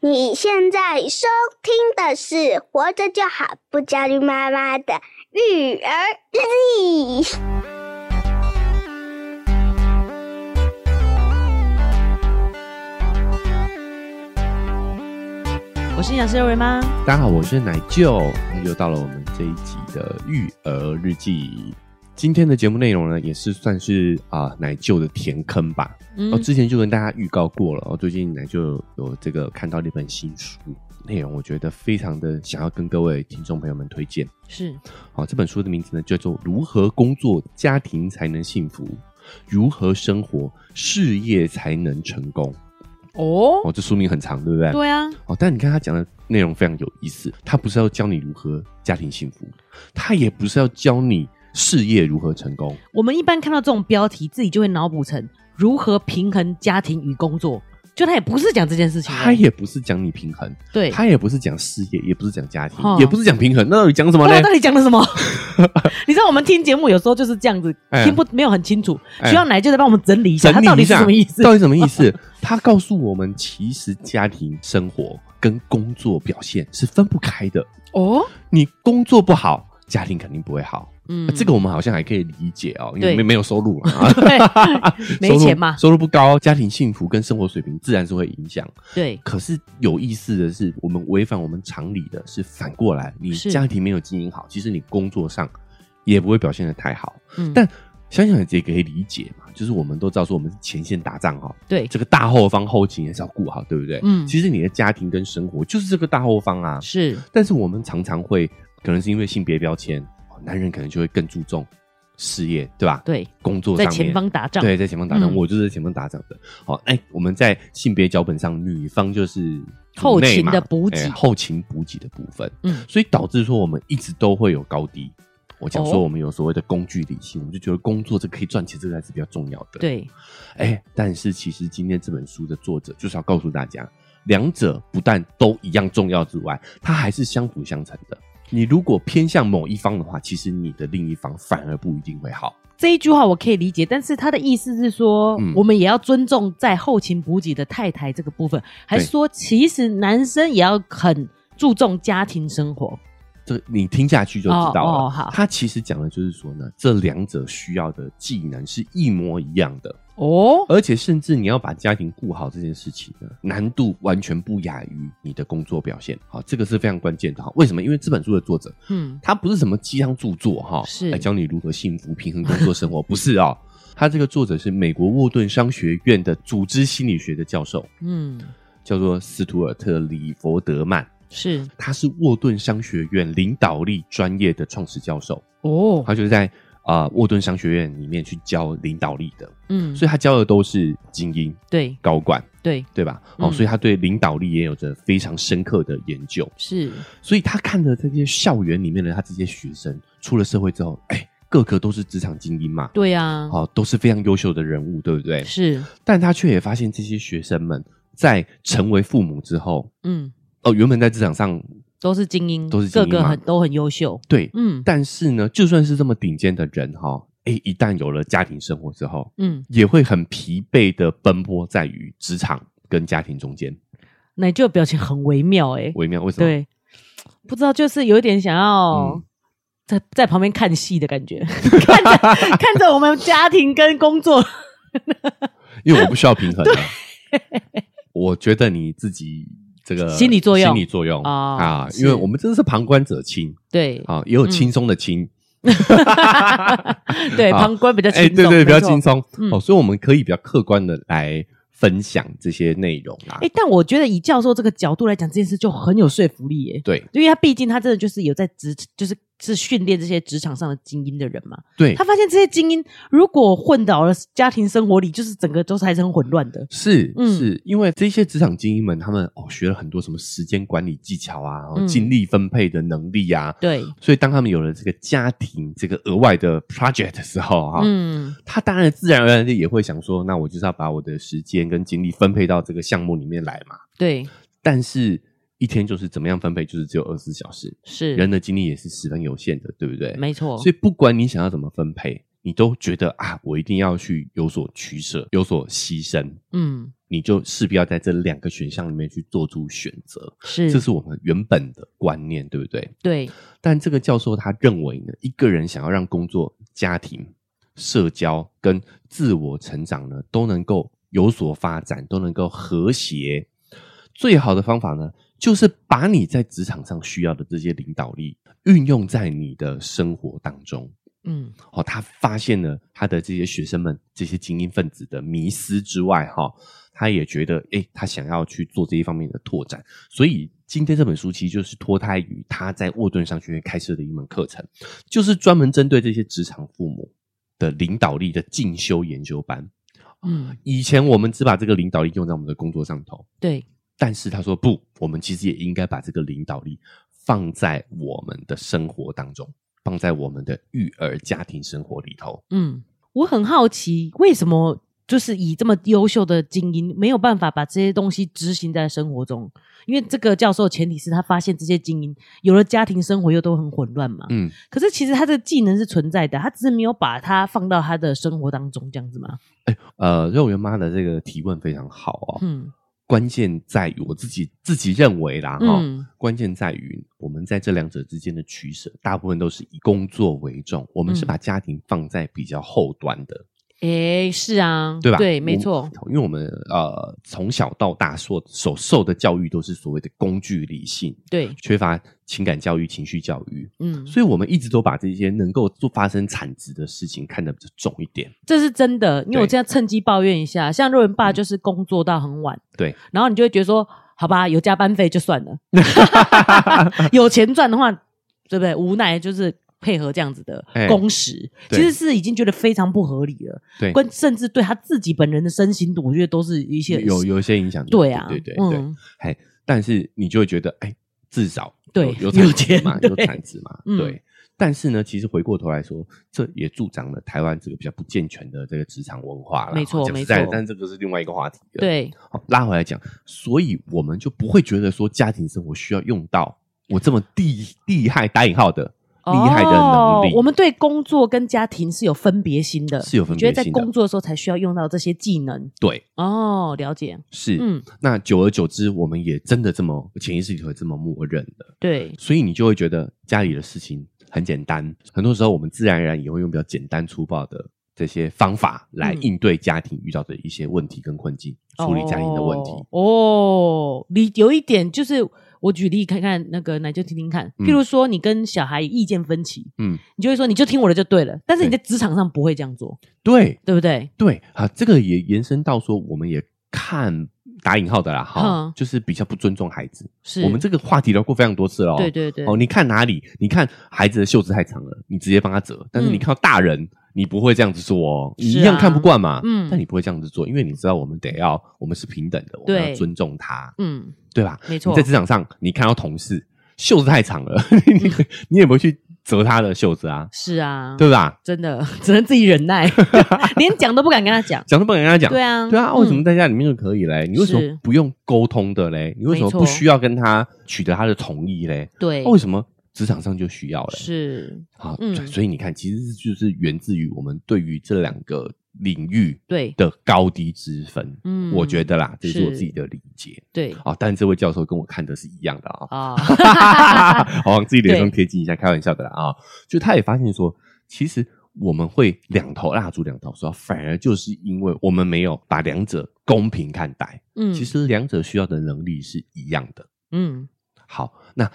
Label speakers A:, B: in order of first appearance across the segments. A: 你现在收听的是《活着就好，不焦虑妈妈的育儿日记》。
B: 我是营养师瑞妈，
C: 大家好，我是奶舅，那又到了我们这一集的育儿日记。今天的节目内容呢，也是算是啊、奶舅的填坑吧。
B: 嗯
C: 哦，之前就跟大家预告过了，哦，最近奶舅有这个看到了一本新书，内容我觉得非常的想要跟各位听众朋友们推荐。
B: 是
C: 好，这本书的名字呢叫做《如何工作家庭才能幸福》，如何生活事业才能成功。
B: 哦，
C: 哦，这书名很长，对不对？
B: 对啊，
C: 哦，但你看他讲的内容非常有意思，他不是要教你如何家庭幸福，他也不是要教你事业如何成功。
B: 我们一般看到这种标题，自己就会脑补成如何平衡家庭与工作，就他也不是讲这件事情啊，
C: 他也不是讲你平衡，
B: 对，
C: 他也不是讲事业，也不是讲家庭，
B: 哦
C: 也不是讲平衡，那到底讲什么
B: 不知道
C: 呢
B: 到？底讲了什 么。你知道我们听节目有时候就是这样子，
C: 哎呀
B: 听不没有很清楚，
C: 哎呀
B: 需要奶就来帮我们整理一下，
C: 整
B: 他到
C: 理
B: 底
C: 一
B: 是
C: 下，
B: 什么意思？
C: 到底什么 意思？他告诉我们，其实家庭生活跟工作表现是分不开的。
B: 哦，
C: 你工作不好，家庭肯定不会好。
B: 嗯
C: 啊这个我们好像还可以理解哦，因
B: 对
C: 为没没有收入嘛，啊
B: 对 没
C: 收入
B: 钱嘛
C: 收入不高，家庭幸福跟生活水平自然是会影响。
B: 对，
C: 可是有意思的是，我们违反我们常理的是反过来，你
B: 是
C: 家庭没有经营好，其实你工作上也不会表现的太好。
B: 嗯，
C: 但想想也可以理解嘛，就是我们都知道说我们是前线打仗哦，
B: 对，
C: 这个大后方后勤也是要顾好，对不对？
B: 嗯
C: 其实你的家庭跟生活就是这个大后方啊，
B: 是
C: 但是我们常常会，可能是因为性别标签，哦男人可能就会更注重事业，对吧？，
B: 对，
C: 工作
B: 在
C: 上面
B: 前方打仗，
C: 对，在前方打仗，
B: 嗯
C: 我就是在前方打仗的。好、哎、我们在性别脚本上，女方就是
B: 后勤
C: 主内嘛
B: 的补给
C: 哎后勤补给的部分，
B: 嗯，
C: 所以导致说我们一直都会有高低。我讲
B: 哦
C: 说我们有所谓的工具理性，我们就觉得工作这可以赚钱，这个才是比较重要的。，
B: 对，
C: 哎、但是其实今天这本书的作者就是要告诉大家，两者不但都一样重要之外，它还是相辅相成的。你如果偏向某一方的话，其实你的另一方反而不一定会好。
B: 这一句话我可以理解，但是他的意思是说，
C: 嗯
B: 我们也要尊重在后勤补给的太太这个部分，还是说其实男生也要很注重家庭生活？
C: 这你听下去就知道了。
B: 哦哦好
C: 他其实讲的就是说呢，这两者需要的技能是一模一样的，
B: 哦，
C: 而且甚至你要把家庭顾好这件事情呢，难度完全不亚于你的工作表现。好，这个是非常关键的哈。为什么？因为这本书的作者
B: 嗯，
C: 他不是什么鸡汤著作哈，
B: 是
C: 来教你如何幸福平衡工作生活， 不是哦。他这个作者是美国沃顿商学院的组织心理学的教授，
B: 嗯，
C: 叫做斯图尔特·里佛德曼。
B: 是
C: 他是沃顿商学院领导力专业的创始教授，
B: 哦，
C: 他就是在啊、呃沃顿商学院里面去教领导力的，
B: 嗯，
C: 所以他教的都是精英
B: 对
C: 高管，
B: 对
C: 对吧？哦，
B: 嗯
C: 所以他对领导力也有着非常深刻的研究，
B: 是，
C: 所以他看着这些校园里面的他这些学生出了社会之后，哎，个个都是职场精英嘛。
B: 对啊，
C: 哦，都是非常优秀的人物，对不对？
B: 是，
C: 但他却也发现这些学生们在成为父母之后，
B: 嗯，
C: 哦，原本在职场上
B: 都是精英，
C: 都是精
B: 个
C: 英
B: 个
C: 嘛
B: 很都很优秀，
C: 对，
B: 嗯
C: 但是呢，就算是这么顶尖的人哈、诶，一旦有了家庭生活之后，
B: 嗯，
C: 也会很疲惫的奔波在于职场跟家庭中间，
B: 奶舅的表情很微妙哎、
C: 微妙为什么？
B: 对，不知道，就是有一点想要、
C: 嗯
B: 在在旁边看戏的感觉， 看着看着我们家庭跟工 作，
C: 因为我不需要平 衡、啊。我觉得你自己这个
B: 心理作用
C: 心理作用、
B: 哦
C: 啊，
B: 是嗯
C: 因为我们真的是旁观者清
B: 对、
C: 啊，也有轻松的轻，
B: 对，
C: 啊
B: 旁观比较轻
C: 哎、
B: 松，
C: 对对，比较
B: 没错
C: 轻。松、
B: 嗯
C: 哦，所以我们可以比较客观的来分享这些内容啊。
B: 哎、但我觉得以教授这个角度来讲，这件事就很有说服力耶，
C: 对
B: 因为他毕竟他真的就是有在职，就是是训练这些职场上的精英的人嘛。
C: 对
B: 他，发现这些精英如果混到了家庭生活里，就是整个都是还是很混乱的。
C: 是，
B: 嗯
C: 是因为这些职场精英们，他们哦学了很多什么时间管理技巧啊，然后
B: 嗯
C: 精力分配的能力啊，
B: 对，
C: 所以当他们有了这个家庭这个额外的 project 的时候哈、
B: 嗯，
C: 他当然自然而然的也会想说，那我就是要把我的时间跟精力分配到这个项目里面来嘛。
B: 对，
C: 但是一天就是怎么样分配，就是只有二十四小时，
B: 是
C: 人的精力也是十分有限的，对不对？
B: 没错，
C: 所以不管你想要怎么分配，你都觉得啊，我一定要去有所取舍，有所牺牲。
B: 嗯，
C: 你就势必要在这两个选项里面去做出选择，
B: 是，
C: 这是我们原本的观念，对不对？
B: 对，
C: 但这个教授他认为呢，一个人想要让工作、家庭、社交跟自我成长呢都能够有所发展，都能够和谐，最好的方法呢，就是把你在职场上需要的这些领导力运用在你的生活当中。
B: 嗯，
C: 哦，他发现了他的这些学生们、这些精英分子的迷失之外，哈、他也觉得，诶，他想要去做这一方面的拓展。所以今天这本书其实就是脱胎于他在沃顿商学院开设的一门课程，就是专门针对这些职场父母的领导力的进修研究班。
B: 嗯，
C: 以前我们只把这个领导力用在我们的工作上头，
B: 对，
C: 但是他说不，我们其实也应该把这个领导力放在我们的生活当中，放在我们的育儿家庭生活里头。
B: 嗯，我很好奇，为什么就是以这么优秀的精英没有办法把这些东西执行在生活中？因为这个教授的前提是他发现这些精英有了家庭生活又都很混乱嘛。
C: 嗯，
B: 可是其实他这个技能是存在的，他只是没有把它放到他的生活当中，这样子嘛。
C: 呃，肉圆妈的这个提问非常好哦。
B: 嗯
C: 关键在于我自己自己认为啦哈、
B: 嗯
C: 关键在于我们在这两者之间的取舍，大部分都是以工作为重，我们是
B: 嗯
C: 把家庭放在比较后端的。
B: 诶，是啊，
C: 对吧？
B: 对，
C: 我
B: 没
C: 们
B: 错，，
C: 因为我们呃从小到大所所受的教育都是所谓的工具理性，
B: 对，
C: 缺乏情感教育、情绪教育，
B: 嗯，
C: 所以我们一直都把这些能够做发生产值的事情看得比较重一点。
B: 这是真的。因为我
C: 对嗯
B: 现在趁机抱怨一下，像若文爸就是工作到很晚，
C: 对，
B: 然后你就会觉得说，好吧，有加班费就算 了，有钱赚的话，对不对？无奈就是。配合这样子的
C: 哎
B: 工时，
C: 对
B: 其实是已经觉得非常不合理了，
C: 对，
B: 关甚至对他自己本人的身形，我觉得都是一些
C: 有有一些影响的。
B: 对啊，
C: 对对对对，
B: 嗯
C: 哎，但是你就会觉得，哎，至少
B: 对
C: 有有
B: 有
C: 产值
B: 钱
C: 嘛，
B: 对
C: 有产值嘛，
B: 嗯
C: 对。但是呢，其实回过头来说，这也助长了台湾这个比较不健全的这个职场文化啦哦
B: 没错
C: 讲
B: 没
C: 实在的
B: 错
C: 但这个是另外一个话题了。
B: 对，
C: 好，拉回来讲，所以我们就不会觉得说家庭生活需要用到我这么厉厉害打引号的厉害的能力。
B: 哦。我们对工作跟家庭是有分别心的，
C: 是有分别
B: 觉
C: 心的
B: 得在工作的时候才需要用到这些技能。
C: 对
B: 哦，了解。
C: 是，
B: 嗯，
C: 那久而久之，我们也真的这么潜意识里头这么默认的，
B: 对，
C: 所以你就会觉得家里的事情很简单，很多时候我们自然而然也会用比较简单粗暴的。这些方法来
B: 嗯
C: 应对家庭遇到的一些问题跟困境，处理家庭的问题。
B: 哦。哦，你有一点就是，我举例看看那个奶就听听看。
C: 嗯
B: 譬如说，你跟小孩意见分歧，
C: 嗯，
B: 你就会说你就听我的就对了，但是你在
C: 对
B: 职场上不会这样做，
C: 对
B: 对不对？
C: 对，好，这个也延伸到说，我们也看打引号的啦，哈
B: 嗯，
C: 就是比较不尊重孩子。
B: 是
C: 我们这个话题聊过非常多次了哦。
B: 对对对
C: 哦，你看哪里？你看孩子的袖子太长了，你直接帮他折。但是你
B: 嗯
C: 看到大人，你不会这样子做哦，你
B: 是
C: 一样看
B: 啊
C: 不惯嘛。
B: 嗯
C: 但你不会这样子做，因为你知道我们得要，我们是平等的，我们
B: 对
C: 要尊重他，
B: 嗯，
C: 对吧？
B: 没错
C: 你在职场上，你看到同事袖子太长了， 你你也不会去折他的袖子啊，
B: 嗯是啊，
C: 对吧？
B: 真的 只能自己忍 耐，连讲都不敢跟他讲。
C: 讲都不敢跟他讲。
B: 对啊，
C: 对啊，为什
B: 嗯
C: 么在家里面就可以嘞？你为什
B: 是
C: 么不用沟通的嘞？你为什么
B: 没错
C: 不需要跟他取得他的同意嘞？
B: 对
C: 那为什么职场上就需要嘞？
B: 是
C: 好，
B: 嗯
C: 所以你看，其实就是源自于我们对于这两个领域
B: 对
C: 的高低之分。
B: 嗯
C: 我觉得啦，这是我
B: 是
C: 自己的理解
B: 对
C: 啊。但这位教授跟我看的是一样的啊。
B: 啊，
C: 好，往自己脸上贴金一下，开玩笑的啦啊！就他也发现说，其实我们会两头蜡烛两头烧，反而就是因为我们没有把两者公平看待。
B: 嗯，
C: 其实两者需要的能力是一样的。
B: 嗯
C: 好，那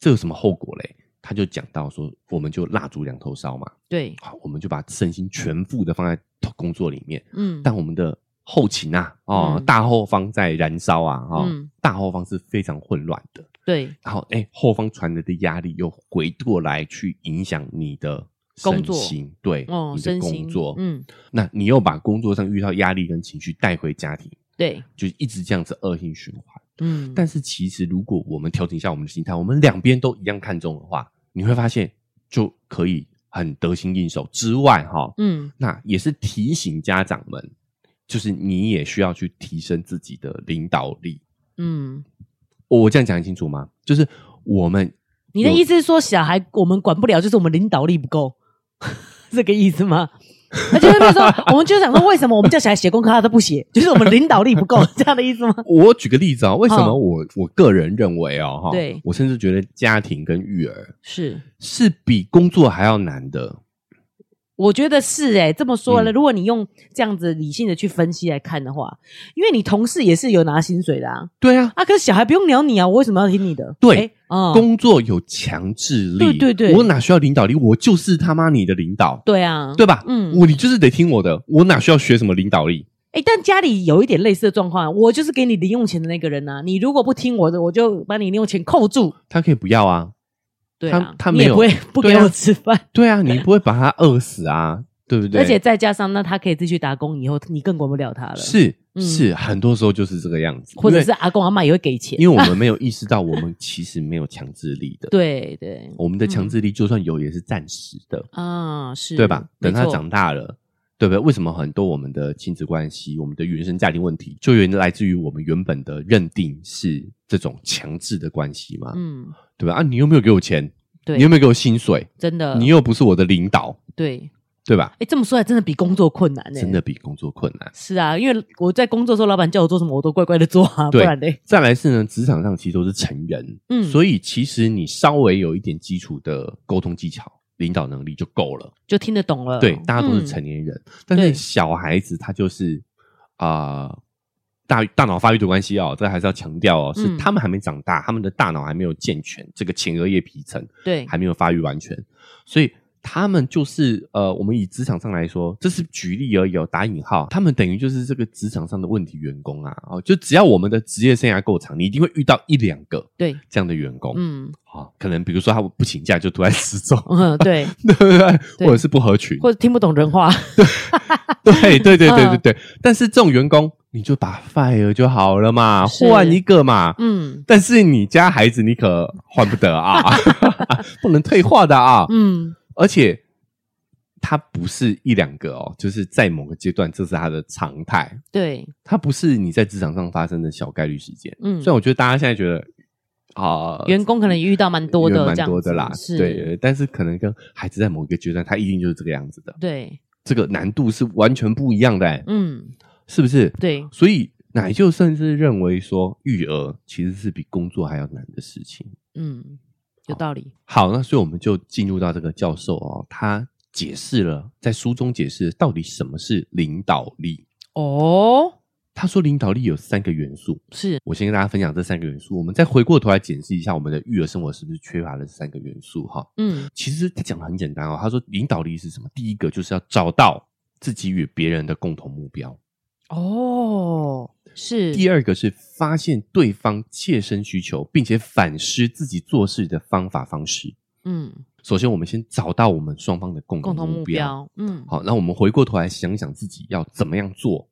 C: 这有什么后果嘞？他就讲到说，我们就蜡烛两头烧嘛，
B: 对，
C: 好，我们就把身心全副的放在工作里面，
B: 嗯，
C: 但我们的后勤啊，哦，
B: 嗯
C: 大后方在燃烧啊，哦，
B: 嗯
C: 大后方是非常混乱的。
B: 对
C: 然后哎、诶后方传来的压力又回过来去影响你的
B: 工
C: 身
B: 作
C: 心对，
B: 哦，
C: 你的
B: 身形
C: 工作，
B: 嗯，
C: 那你又把工作上遇到压力跟情绪带回家庭，
B: 对，
C: 就一直这样子恶性循环。
B: 嗯，
C: 但是其实如果我们调整一下我们的心态，我们两边都一样看重的话，你会发现就可以很得心应手。之外哈，
B: 嗯
C: 那也是提醒家长们，就是你也需要去提升自己的领导力。
B: 嗯，
C: 我我这样讲得清楚吗？就是我们
B: 你的
C: 有
B: 意思是说小孩我们管不了，就是我们领导力不够，这个意思吗？那就是那时候，我们就想说，为什么我们叫小孩写功课他都不写，就是我们领导力不够，这样的意思吗？
C: 我举个例子啊、为什么
B: 嗯
C: 我、我个人认为哦，哈，
B: 对
C: 我甚至觉得家庭跟育儿
B: 是，
C: 是比工作还要难的。
B: 我觉得是哎、这么说了，
C: 嗯
B: 如果你用这样子理性的去分析来看的话，因为你同事也是有拿薪水的啊，
C: 对啊，
B: 啊，可是小孩不用鸟你啊，我为什么要听你的？
C: 对
B: 哎嗯，
C: 工作有强制力，
B: 对对对
C: 我哪需要领导力？我就是他妈你的领导，
B: 对啊，
C: 对吧？
B: 嗯
C: 我你就是得听我的，我哪需要学什么领导力？
B: 哎、但家里有一点类似的状况啊，我就是给你零用钱的那个人呐、啊，你如果不听我的，我就把你零用钱扣住。
C: 他可以不要啊，
B: 对啊，
C: 他他
B: 你
C: 没
B: 也
C: 有
B: 不会不给
C: 对啊
B: 我吃饭，
C: 对啊，你不会把他饿死啊，对不对？
B: 而且再加上那他可以自己去打工，以后你更管不了他了。，
C: 是
B: 嗯
C: 是，很多时候就是这个样子，
B: 或者是
C: 因为
B: 阿公阿妈也会给钱。
C: 因为我们没有意识到，我们其实没有强制力 的。
B: 对对
C: 我们的强制力就算有，也是暂时的，
B: 啊，是
C: 对吧？等他
B: 没错
C: 长大了，对不对？为什么很多我们的亲子关系、我们的原生家庭问题，就原来自于我们原本的认定是这种强制的关系嘛？
B: 嗯，
C: 对吧？啊，你又没有给我钱，
B: 对，呃
C: 你又没有给我薪水，
B: 真的，
C: 你又不是我的领导，
B: 对，
C: 对吧？
B: 哎，这么说来真的比工作困难呢、欸
C: 真的比工作困难。
B: 是啊，因为我在工作的时候，老板叫我做什么，我都乖乖的做啊，不
C: 对
B: 然嘞，
C: 再来是呢，职场上其实都是成人，
B: 嗯
C: 所以其实你稍微有一点基础的沟通技巧、领导能力就够了。
B: 就听得懂了。
C: 对，大家都是
B: 嗯
C: 成年人，但是
B: 对
C: 小孩子他就是啊、呃大大脑发育的关系哦，这还是要强调哦，是
B: 嗯
C: 他们还没长大，他们的大脑还没有健全，这个前额叶皮层
B: 对
C: 还没有发育完全，所以他们就是呃，我们以职场上来说，这是举例而已、哦，打引号，他们等于就是这个职场上的问题员工啊，哦，就只要我们的职业生涯够长，你一定会遇到一两个
B: 对，
C: 这样的员工，
B: 嗯
C: 啊、可能比如说他不请假就突然失踪，
B: 嗯，对，
C: 对不对？
B: 对
C: 或者是不合群，
B: 或者听不懂人话。
C: 对对对对对
B: 嗯
C: 对。但是这种员工，你就把 fire 就好了嘛，
B: 是
C: 换一个嘛。
B: 嗯
C: 但是你家孩子，你可换不得啊， 不能退化的啊。
B: 嗯，
C: 而且他不是一两个哦，就是在某个阶段，这是他的常态。
B: 对，
C: 它不是你在职场上发生的小概率事件。
B: 嗯
C: 虽，然我觉得大家现在觉得啊，
B: 员工可能也遇到蛮多的
C: 有蛮
B: 这样
C: 多的
B: 子
C: 啦，
B: 是
C: 对。但是可能跟孩子在某一个阶段，他一定就是这个样子的。
B: 对，
C: 这个难度是完全不一样的、欸，
B: 嗯，
C: 是不是？
B: 对，
C: 所以奶舅甚至认为说，育儿其实是比工作还要难的事情。
B: 嗯，有道理。
C: 好，那所以我们就进入到这个教授哦，他解释了在书中解释到底什么是领导力。
B: 哦，
C: 他说领导力有三个元素，
B: 是，
C: 我先跟大家分享这三个元素，我们再回过头来检视一下我们的育儿生活是不是缺乏了这三个元素哈。
B: 嗯，
C: 其实他讲的很简单哦，他说领导力是什么？第一个就是要找到自己与别人的共同目标，
B: 哦，是，
C: 第二个是发现对方切身需求，并且反思自己做事的方法方式。
B: 嗯，
C: 首先，我们先找到我们双方的共
B: 共
C: 同
B: 同目
C: 标。
B: 标，嗯，
C: 好，那我们回过头来想想自己要怎么样做，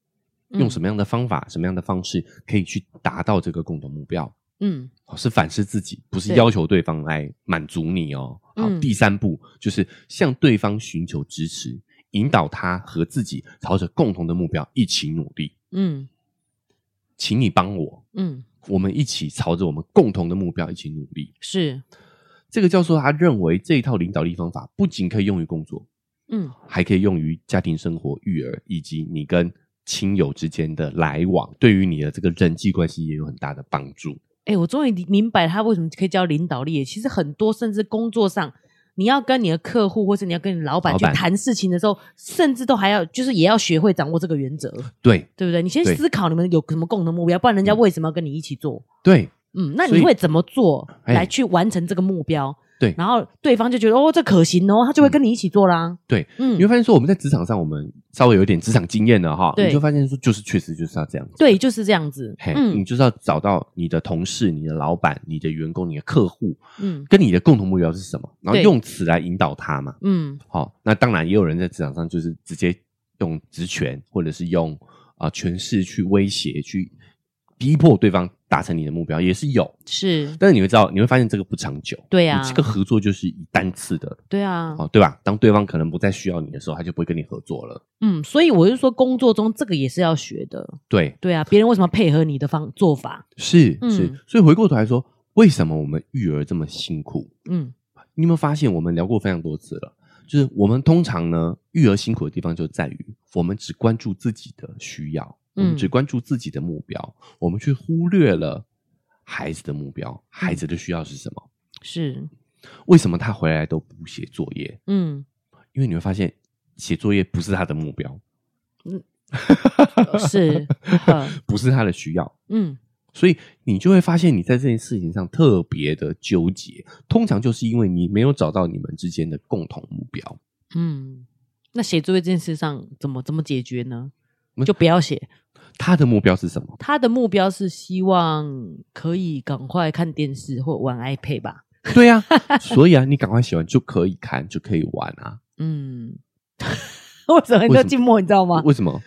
B: 嗯
C: 用什么样的方法、什么样的方式可以去达到这个共同目标。
B: 嗯，
C: 好是反思自己，不是
B: 对
C: 要求对方来满足你哦。好，
B: 嗯
C: 第三步就是向对方寻求支持，引导他和自己朝着共同的目标一起努力。
B: 嗯，
C: 请你帮我，
B: 嗯，
C: 我们一起朝着我们共同的目标一起努力。
B: 是，
C: 这个教授他认为这一套领导力方法不仅可以用于工作，
B: 嗯，
C: 还可以用于家庭生活、育儿以及你跟亲友之间的来往，对于你的这个人际关系也有很大的帮助。
B: 哎、我终于理明白他为什么可以叫领导力。其实很多，甚至工作上，你要跟你的客户或是你要跟你老板
C: 老
B: 去
C: 板
B: 谈事情的时候，甚至都还要就是也要学会掌握这个原则，
C: 对
B: 对不对？你先
C: 对
B: 思考你们有什么共同目标，不然人家为什么要跟你一起做？
C: 对，
B: 嗯，那
C: 所
B: 你
C: 以
B: 会怎么做
C: 哎
B: 来去完成这个目标？
C: 对
B: 然后对方就觉得哦，这可行哦，他就会跟你一起做啦。
C: 对，
B: 嗯
C: 你会，发现说我们在职场上，我们稍微有一点职场经验了哈，
B: 对
C: 你就发现说就是确实就是要这样子。
B: 对，就是这样子。
C: 嘿，你
B: 嗯
C: 就是要找到你的同事、你的老板、你的员工、你的客户，
B: 嗯
C: 跟你的共同目标是什么，然后
B: 对
C: 用此来引导他嘛。
B: 嗯，
C: 好、那当然也有人在职场上就是直接用职权或者是用啊、呃权势去威胁、去逼迫对方达成你的目标，也是有。
B: 是，
C: 但是你会知道，你会发现这个不长久。
B: 对啊
C: 你这个合作就是一单次的，
B: 对啊，
C: 哦，对吧？当对方可能不再需要你的时候，他就不会跟你合作了。
B: 嗯，所以我就说，工作中这个也是要学的。
C: 对，
B: 对啊，别人为什么配合你的方做法？
C: 是
B: 嗯
C: 是。所以回过头来说，为什么我们育儿这么辛苦？
B: 嗯，
C: 你有没有发现，我们聊过非常多次了，就是我们通常呢，育儿辛苦的地方就在于我们只关注自己的需要，我们
B: 嗯
C: 只关注自己的目标，我们却忽略了孩子的目标，孩子的需要是什么？
B: 是，
C: 为什么他回来都不写作业？
B: 嗯，
C: 因为你会发现，写作业不是他的目标，
B: 嗯 是，嗯呵
C: 不是他的需要，
B: 嗯，
C: 所以你就会发现你在这件事情上特别的纠结，通常就是因为你没有找到你们之间的共同目标。
B: 嗯，那写作业这件事上怎么怎么解决呢
C: 嗯？
B: 就不要写。
C: 他的目标是什么？
B: 他的目标是希望可以赶快看电视或玩 iPad 吧。
C: 对呀、所以啊，你赶快写完就可以看，就可以玩啊。
B: 嗯， 为什么
C: 为什
B: 叫
C: 么
B: 静默？你知道吗？
C: 为什么？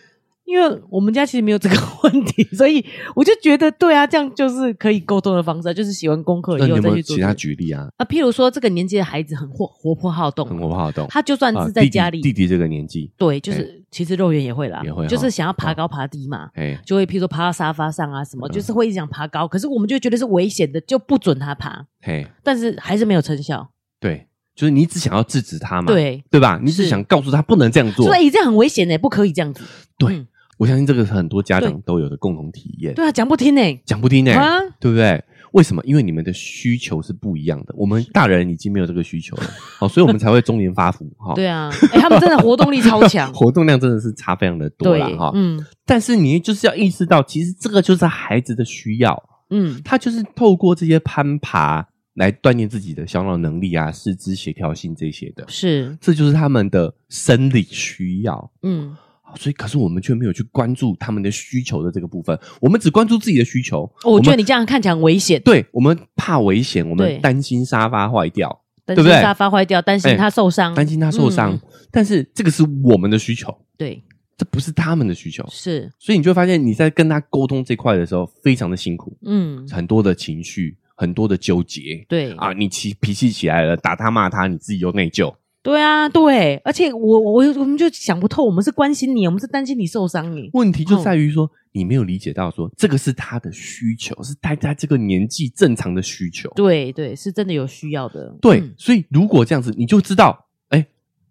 B: 因为我们家其实没有这个问题， 所以我就觉得对啊，这样就是可以沟通的方式啊，就是写完功课
C: 那
B: 以
C: 你
B: 后
C: 有
B: 再
C: 没
B: 去
C: 有
B: 做
C: 其他
B: 作业
C: 举例啊？
B: 啊。譬如说，这个年纪的孩子很活活泼好动，
C: 很我不好动。
B: 他就算
C: 啊
B: 是在家里，
C: 弟弟弟弟这个年纪，
B: 对，就是其实肉圆也会啦，
C: 也会
B: 就是
C: 哈
B: 想要爬
C: 哦
B: 高爬低嘛。
C: 哎，
B: 就会譬如说爬到沙发上啊什么，
C: 嗯
B: 就是会一直想爬高，可是我们就觉得是危险的，就不准他爬，
C: 嘿，
B: 但是还是没有成效。
C: 对，就是你只想要制止他嘛，
B: 对，
C: 对吧？你只
B: 是
C: 想告诉他不能这样嗯做
B: 所。以这样很危险呢，不可以这样子。
C: 对
B: 嗯，
C: 我相信这个是很多家长都有的共同体验。
B: 对啊，讲不听呢。
C: 讲不听呢，
B: 啊，
C: 对不对？为什么？因为你们的需求是不一样的，我们大人已经没有这个需求 了，好，所以我们才会中年发福哈。
B: 对啊，哎，他们真的活动力超强。
C: 哦 活动量真的是差非常的多
B: 对
C: 啦。哈。
B: 嗯
C: 但是你就是要意识到，其实这个就是孩子的需要，
B: 嗯，
C: 他就是透过这些攀爬来锻炼自己的小脑能力啊、四肢协调性这些的，
B: 是，
C: 这就是他们的生理需要。
B: 嗯，
C: 所以，可是我们却没有去关注他们的需求的这个部分，我们只关注自己的需求。
B: 哦我觉得
C: 们
B: 你这样看起来很危险，
C: 对我们怕危险，我
B: 对
C: 们担心沙发坏掉，
B: 担心
C: 对不对
B: 沙发坏掉，担心
C: 哎
B: 他受伤，
C: 担心他受伤
B: 嗯。
C: 但是这个是我们的需求，
B: 对，
C: 这不是他们的需求。
B: 是，
C: 所以你就会发现，你在跟他沟通这块的时候，非常的辛苦。
B: 嗯，
C: 很多的情绪，很多的纠结。
B: 对
C: 啊，你起脾气起来了，打他骂他，你自己又内疚。
B: 对啊，对，而且我我我们就想不透，我们是关心你，我们是担心你受伤，你
C: 问题就在于说，你没有理解到说，这个是他的需求，是他在这个年纪正常的需求。
B: 对对，是真的有需要的，
C: 对，
B: 嗯
C: 所以如果这样子，你就知道，哎，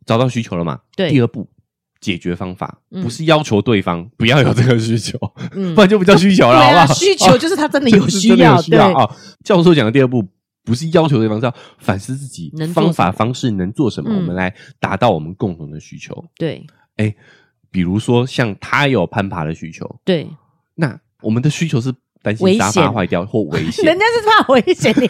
C: 找到需求了嘛。
B: 对
C: 第二步。解决方法
B: 嗯
C: 不是要求对方不要有这个需求，
B: 嗯
C: 不然就不叫需求了，好
B: 对
C: 不
B: 啊
C: 好？
B: 需求就是他真的
C: 这
B: 有
C: 是
B: 需
C: 真的
B: 要，
C: 需要
B: 对
C: 啊。教授讲的第二步不是要求对方，是要反思自己
B: 能做
C: 方
B: 什
C: 法
B: 么
C: 方式能做什么，
B: 嗯
C: 我们来达到我们共同的需求。
B: 对
C: 比如说，像他有攀爬的需求，
B: 对，
C: 那我们的需求是担
B: 危
C: 心沙发
B: 险
C: 坏掉或 危 险，
B: 人家是怕危险，你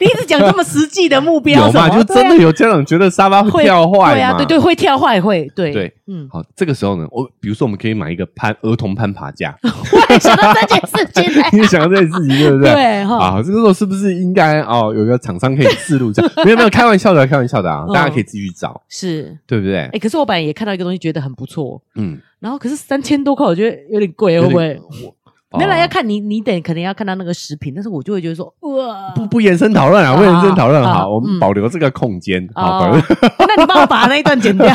B: 你一直讲这么实际的目标
C: 有
B: 什么，
C: 嘛？就
B: 对啊
C: 真的有家长觉得沙发
B: 会
C: 跳坏
B: 对啊，
C: 嘛
B: 对对，会跳坏会，对
C: 对，
B: 嗯，
C: 好，这个时候呢，我比如说我们可以买一个攀儿童攀爬 架，，
B: 我也想到这件事情来
C: 你也想到这件事情 对不对？
B: 对哦哈，
C: 啊，这个时候是不是应该哦，有个厂商可以试录一下？ 没有没有，开玩笑的，开玩笑的啊，
B: 嗯
C: 大家可以自己去找，
B: 是，
C: 对不对
B: 哎，？可是我本来也看到一个东西，觉得很不错，
C: 嗯，
B: 然后可是三千多块，我觉得有点
C: 哎
B: 贵，会不会？
C: 哦
B: 没来要看你，你得可能要看到那个食品，但是我就会觉得说，哇，
C: 不不延伸讨论啊，
B: 啊
C: 不延伸讨论
B: 啊
C: 好，我们
B: 嗯
C: 保留这个空间好，保
B: 哦
C: 留，
B: 那你帮我把那一段剪掉，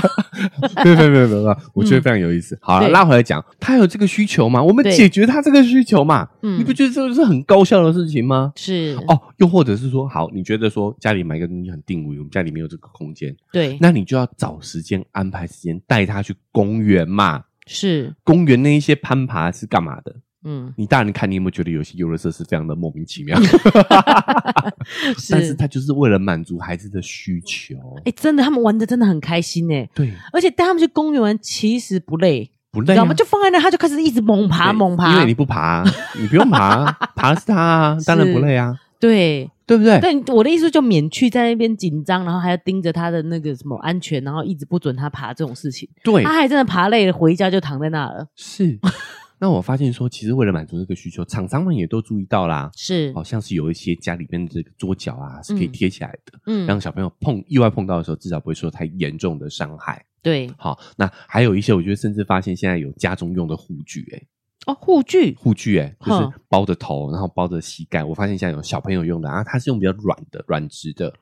C: 没有没有没有没有没有，我觉得非常有意思。好
B: 嗯
C: 了，
B: 对
C: 拉回来讲，他有这个需求嘛，我们
B: 对
C: 解决他这个需求嘛，
B: 嗯
C: 你不觉得这是很高效的事情吗？
B: 是，
C: 哦，又或者是说，好，你觉得说家里买一个东西很定位，我们家里没有这个空间，
B: 对，
C: 那你就要找时间安排时间带他去公园嘛。
B: 是，
C: 公园那一些攀爬是干嘛的？
B: 嗯，
C: 你大人看你有没有觉得有些游乐设施非常的莫名其妙？但是
B: 是。
C: 他就是为了满足孩子的需求，
B: 哎、真的，他们玩的真的很开心哎，
C: 对，
B: 而且带他们去公园玩其实不累，
C: 不
B: 你
C: 累、
B: 知
C: 啊，
B: 道吗？就放在那，他就开始一直猛爬
C: 对
B: 猛爬，
C: 因为你不 爬啊、你不用爬啊、爬是他啊，当然不累啊，
B: 对，
C: 对不对？
B: 但我的意思就免去在那边紧张，然后还要盯着他的那个什么安全，然后一直不准他爬这种事情，
C: 对，
B: 他还真的爬累了，回家就躺在那了。
C: 是。那我发现说，其实为了满足这个需求，厂商们也都注意到啦，
B: 是
C: 好、，像是哦有一些家里面的这个桌角啊是可以
B: 嗯
C: 贴起来的，
B: 嗯
C: 让，小朋友碰意外碰到的时候，至少不会受太严重的伤害。
B: 对，
C: 好、那还有一些，我觉得甚至发现现在有家中用的护具、欸，
B: 哦，护具，
C: 护具、欸，就
B: 哼
C: 是包着头，然后包着膝盖。我发现现在有小朋友用的啊，它是用比较软的软质的，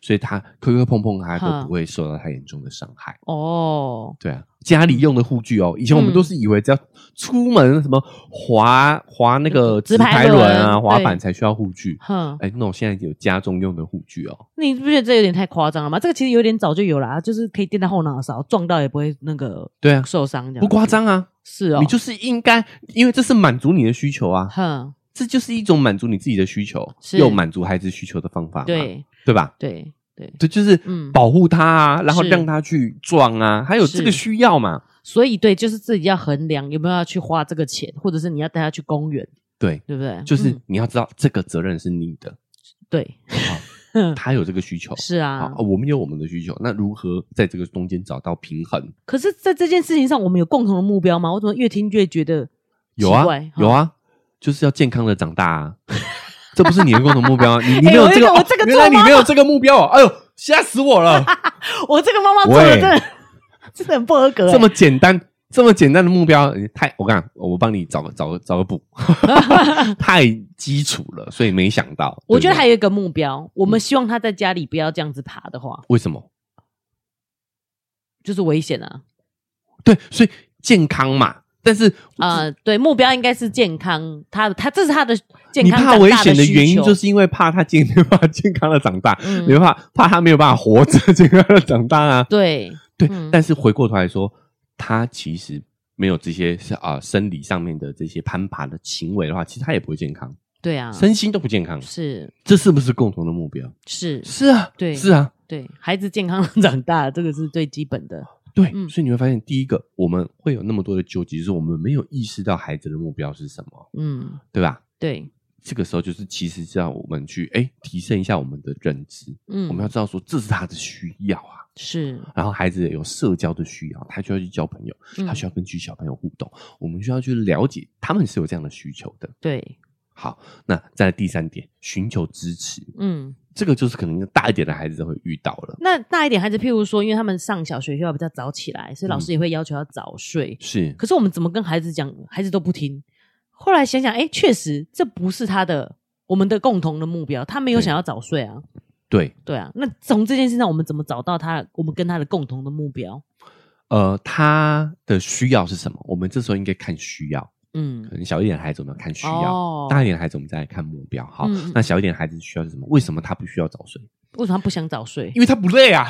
C: 所以他磕磕碰碰，他
B: 哼
C: 都不会受到太严重的伤害。
B: 哦，
C: 对啊，家里用的护具哦，以前我们
B: 嗯
C: 都是以为只要出门什么滑滑那个
B: 嗯直排
C: 轮啊、
B: 轮
C: 滑
B: 对
C: 板才需要护具。
B: 哼，
C: 哎，那种现在有家中用的护具哦，
B: 你不觉得这有点太夸张了吗？这个其实有点早就有了啊，就是可以垫在后脑勺，撞到也不会那个
C: 对啊
B: 受伤这样，
C: 不夸张啊。
B: 是哦，
C: 你就是应该，因为这是满足你的需求啊，
B: 哼，
C: 这就是一种满足你自己的需求，
B: 是
C: 又满足孩子需求的方法嘛，
B: 对
C: 对吧？
B: 对对，
C: 对，就是
B: 嗯
C: 保护他啊，然后
B: 是
C: 让他去撞啊，还有这个
B: 是
C: 需要嘛，
B: 所以对，就是自己要衡量有没有要去花这个钱，或者是你要带他去公园，
C: 对，
B: 对不对？
C: 就是
B: 嗯
C: 你要知道这个责任是你的，
B: 对，
C: 他有这个需求，
B: 是啊
C: 哦好，。我们有我们的需求，那如何在这个中间找到平衡？
B: 可是，在这件事情上，我们有共同的目标吗？我怎么越听越觉得
C: 有啊
B: 奇怪，
C: 有，啊，就是要健康的长大啊，这不是你的共同目标 啊，你你没有
B: 哎我
C: 这个，
B: 我
C: 哦
B: 这个
C: 原来
B: 做
C: 你没有这个目标哦，哎呦，吓死我了。
B: 哈我这个妈妈做的
C: 喂
B: 真的真的很不合格、欸，
C: 这么简单，这么简单的目标，呃太我跟你讲，我帮你找个找个找 个补，太基础了，所以没想到。
B: 我觉得
C: 对不对嗯
B: 还有一个目标，我们希望他在家里不要这样子爬的话，
C: 为什么？
B: 就是危险啊。
C: 对，所以健康嘛，但是
B: 呃，对，目标应该是健康，他他这是他的健
C: 你
B: 康
C: 怕
B: 长
C: 危
B: 大
C: 险的
B: 需
C: 原因，
B: 求
C: 就是因为怕他健没有办法健康的长大，
B: 嗯
C: 没怕怕他没有办法活着健康的长大啊。
B: 对
C: 对，
B: 嗯
C: 但是回过头来说，他其实没有这些是啊、生理上面的这些攀爬的行为的话，其实他也不会健康，
B: 对啊，
C: 身心都不健康。
B: 是
C: 这是不是共同的目标？
B: 是，
C: 是啊，
B: 对
C: 是啊，
B: 对孩子健康 地长大，这个是最基本的。
C: 对，
B: 嗯
C: 所以你会发现，第一个我们会有那么多的纠结，就是我们没有意识到孩子的目标是什么，
B: 嗯，
C: 对吧？
B: 对，
C: 这个时候就是其实是要我们去哎提升一下我们的认知，
B: 嗯，
C: 我们要知道说这是他的需要啊，
B: 是
C: 然后孩子有社交的需要，他需要去交朋友，
B: 嗯
C: 他需要跟去小朋友互动，我们需要去了解他们是有这样的需求的。
B: 对，
C: 好，那再来第三点，寻求支持，
B: 嗯，
C: 这个就是可能大一点的孩子会遇到了，
B: 那大一点孩子，譬如说，因为他们上小学需要比较早起来，所以老
C: 嗯
B: 师也会要求要早睡。
C: 是
B: 可是我们怎么跟孩子讲，孩子都不听。后来想想，哎，确实这不是他的我们的共同的目标，他没有
C: 对
B: 想要早睡啊，
C: 对，
B: 对啊。那从这件事上，我们怎么找到他，我们跟他的共同的目标？
C: 呃，他的需要是什么？我们这时候应该看需要。
B: 嗯
C: 可能小一点的孩子我们要看需要，
B: 哦
C: 大一点的孩子我们再来看目标。好，
B: 嗯嗯
C: 那小一点的孩子需要是什么？为什么他不需要早睡？
B: 为什么他不想早睡
C: 因为他不累啊。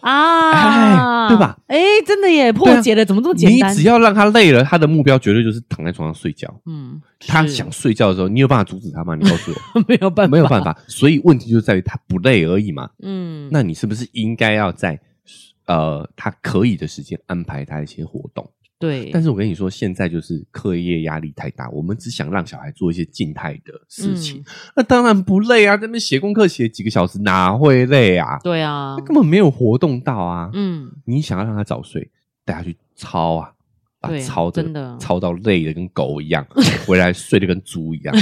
B: 啊？
C: 哎对吧？
B: 哎，真的耶，
C: 对
B: 破
C: 啊
B: 解了，怎么这么简
C: 你
B: 单？
C: 只要让他累了，他的目标绝对就是躺在床上睡觉。
B: 嗯，
C: 他
B: 是
C: 想睡觉的时候，你有办法阻止他吗？你告诉我，
B: 没有 办法，
C: 没有办法。所以问题就在于他不累而已嘛。
B: 嗯，
C: 那你是不是应该要在呃他可以的时间安排他一些活动？
B: 对，
C: 但是我跟你说，现在就是课业压力太大，我们只想让小孩做一些静态的事情。
B: 嗯
C: 那当然不累啊，在那边写功课写几个小时哪会累啊？
B: 对啊
C: 他，根本没有活动到啊。
B: 嗯，
C: 你想要让他早睡，带他去操啊，把
B: 对
C: 操
B: 真的啊
C: 操到累的跟狗一样， 回来睡得跟猪一样，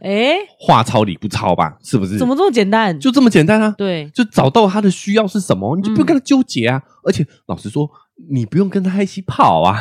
B: 哎，
C: 话糙理不糙吧？是不是？
B: 怎么这么简单？
C: 就这么简单啊？
B: 对，
C: 就找到他的需要是什么，你就不用
B: 嗯
C: 跟他纠结啊。而且老实说，你不用跟他一起跑啊，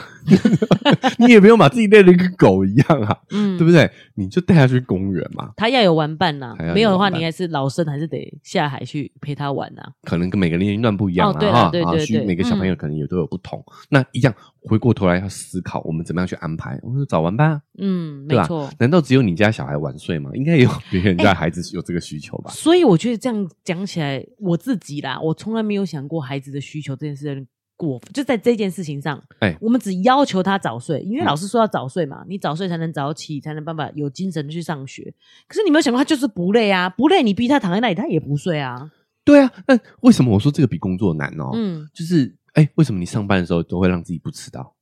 C: 你也不用把自己累得跟狗一样啊，
B: 嗯，
C: 对不对？你就带他去公园嘛，
B: 他要有玩伴呐、
C: 他要有
B: 没有的话，
C: 玩伴
B: 你还是老生还是得下海去陪他玩呐、
C: 可能跟每个年龄段不一样
B: 哦对
C: 啊，
B: 啦
C: 哈
B: 对
C: 啊，
B: 对
C: 需
B: 对嗯
C: 每个小朋友可能也都有不同。那一样回过头来要思考，我们怎么样去安排？我们就找玩伴啊，
B: 嗯，没
C: 对吧
B: 错。
C: 难道只有你家小孩晚睡吗？ 应该也有别人家孩子有这个需求吧？
B: 所以我觉得这样讲起来，我自己啦，我从来没有想过孩子的需求这件事有点过分，就在这件事情上，
C: 哎
B: 我们只要求他早睡，因为
C: 嗯
B: 老师说要早睡嘛，你早睡才能早起，才能办法有精神地去上学。可是你没有想过，他就是不累啊，不累，你逼他躺在那里，他也不睡啊。
C: 对啊，那为什么我说这个比工作难哦？
B: 嗯，，
C: 就是哎、为什么你上班的时候都会让自己不迟到？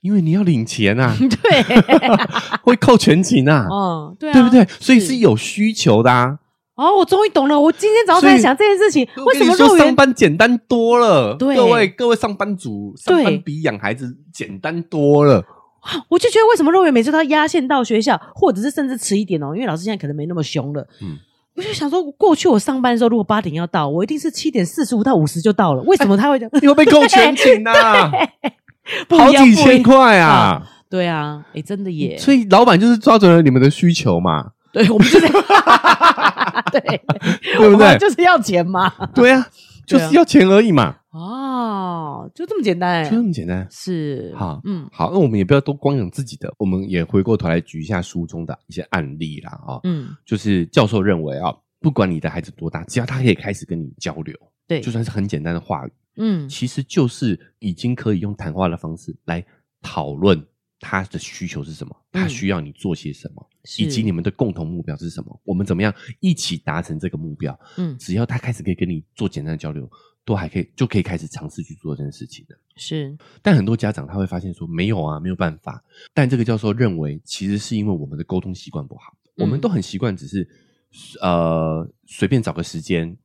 C: 因为你要领钱 啊
B: 对，
C: 会扣全勤啊，
B: 哦，对啊，
C: 对不对？所以是
B: 是
C: 有需求的啊。
B: 哦，我终于懂了，我今天早上在
C: 所以
B: 想这件事情，为什么
C: 我跟
B: 肉
C: 你说
B: 圆
C: 上班简单多了？
B: 对
C: 各位各位上班族，上
B: 对
C: 班比养孩子简单多了。
B: 我就觉得为什么肉圆每次都要压线到学校，或者是甚至迟一点哦，因为老师现在可能没那么凶了。嗯
C: 嗯，
B: 我就想说，过去我上班的时候，如果八点要到，我一定是七点四十五到五十就到了。为什么他会这样？
C: 你会被扣全勤 啊，
B: 不
C: 好
B: 一样
C: 几
B: 不一
C: 千
B: 样
C: 块啊！
B: 对啊，哎、真的耶，
C: 所以老板就是抓准了你们的需求嘛，
B: 对，我们 就这样， 对，
C: 对不
B: 我们
C: 对？
B: 就是要钱嘛。
C: 对啊，就是要钱而已嘛，
B: 哦，就这么简单、
C: 就这
B: 欸，
C: 么简单。
B: 是
C: 好
B: 嗯
C: 好，那我们也不要都光讲自己的，我们也回过头来举一下书中的一些案例啦啊、哦
B: 嗯，
C: 就是教授认为啊、不管你的孩子多大，只要他可以开始跟你交流，
B: 对，
C: 就算是很简单的话语，
B: 嗯
C: 其实就是已经可以用谈话的方式来讨论他的需求是什么，
B: 嗯
C: 他需要你做些什么，
B: 是
C: 以及你们的共同目标是什么，我们怎么样一起达成这个目标。
B: 嗯
C: 只要他开始可以跟你做简单的交流，都还可以就可以开始尝试去做这件事情了。
B: 是
C: 但很多家长他会发现说没有啊，没有办法。但这个教授认为，其实是因为我们的沟通习惯不好，
B: 嗯
C: 我们都很习惯只是呃随便找个时间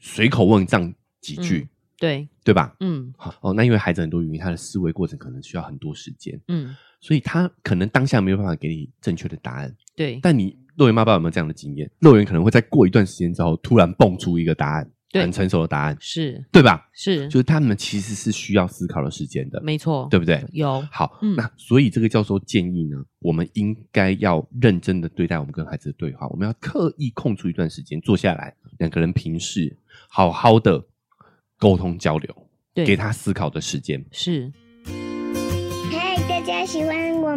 C: 随口问上几
B: 嗯
C: 句，
B: 对，
C: 对吧？
B: 嗯
C: 好哦，那因为孩子很多原因，他的思维过程可能需要很多时间，
B: 嗯
C: 所以他可能当下没有办法给你正确的答案。
B: 对
C: 但你肉圆妈爸有没有这样的经验？肉圆可能会在过一段时间之后，突然蹦出一个答案，
B: 对
C: 很成熟的答案，
B: 是
C: 对吧？
B: 是
C: 就是他们其实是需要思考的时间的，
B: 没错，
C: 对不对？
B: 有
C: 好，
B: 嗯
C: 那所以这个教授建议呢，我们应该要认真的对待我们跟孩子的对话，我们要刻意空出一段时间坐下来，两个人平视，好好的沟通交流，
B: 对
C: 给他思考的时间。
B: 是
A: 嗨，大家喜欢我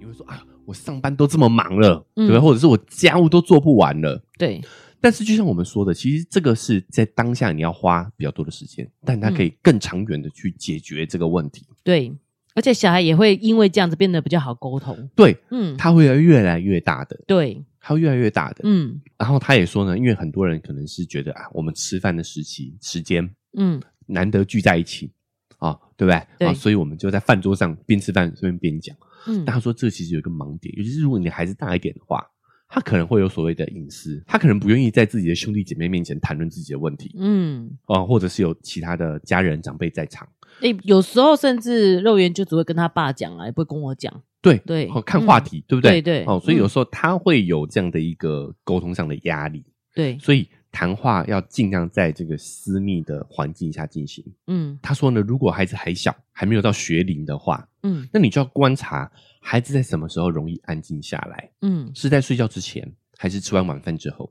C: 你会说啊，我上班都这么忙了，
B: 嗯
C: 对吧？或者是我家务都做不完了。
B: 对
C: 但是就像我们说的，其实这个是在当下你要花比较多的时间，但它可以更长远的去解决这个问题。
B: 对，而且小孩也会因为这样子变得比较好沟通，
C: 对，
B: 嗯，
C: 它会越来越大的，
B: 对，
C: 它会越来越大的。
B: 嗯
C: 然后他也说呢，因为很多人可能是觉得啊，我们吃饭的时期时间
B: 嗯
C: 难得聚在一起啊、对不对？
B: 对
C: 啊，所以我们就在饭桌上边吃饭顺便边讲。
B: 嗯
C: 但，他说这其实有一个盲点，尤其是如果你的孩子大一点的话，他可能会有所谓的隐私，他可能不愿意在自己的兄弟姐妹面前谈论自己的问题
B: 嗯，
C: 啊、或者是有其他的家人长辈在场。
B: 诶、有时候甚至肉圆就只会跟他爸讲啊，也不会跟我讲，
C: 对
B: 对嗯
C: 哦看话题，对不对？
B: 对对
C: 哦，所以
B: 嗯
C: 有时候他会有这样的一个沟通上的压力，
B: 对，
C: 所以谈话要尽量在这个私密的环境下进行。
B: 嗯
C: 他说呢，如果孩子还小，还没有到学龄的话，
B: 嗯
C: 那你就要观察孩子在什么时候容易安静下来，
B: 嗯，
C: 是在睡觉之前，还是吃完晚饭之后？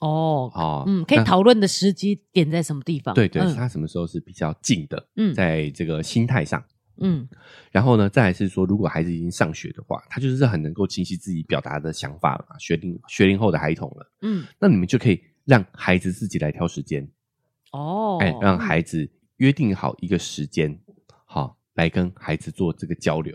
B: 哦，
C: 哦，
B: 嗯，可以
C: 那。
B: 讨论的时机点在什么地方？
C: 对对，
B: 嗯
C: 他什么时候是比较静的，
B: 嗯
C: 在这个心态上。
B: 嗯
C: 然后呢，再来是说，如果孩子已经上学的话，他就是很能够清晰自己表达的想法了嘛，学龄学龄后的孩童了，
B: 嗯，
C: 那你们就可以让孩子自己来挑时间，
B: 哦，
C: 哎、让孩子约定好一个时间，好来跟孩子做这个交流。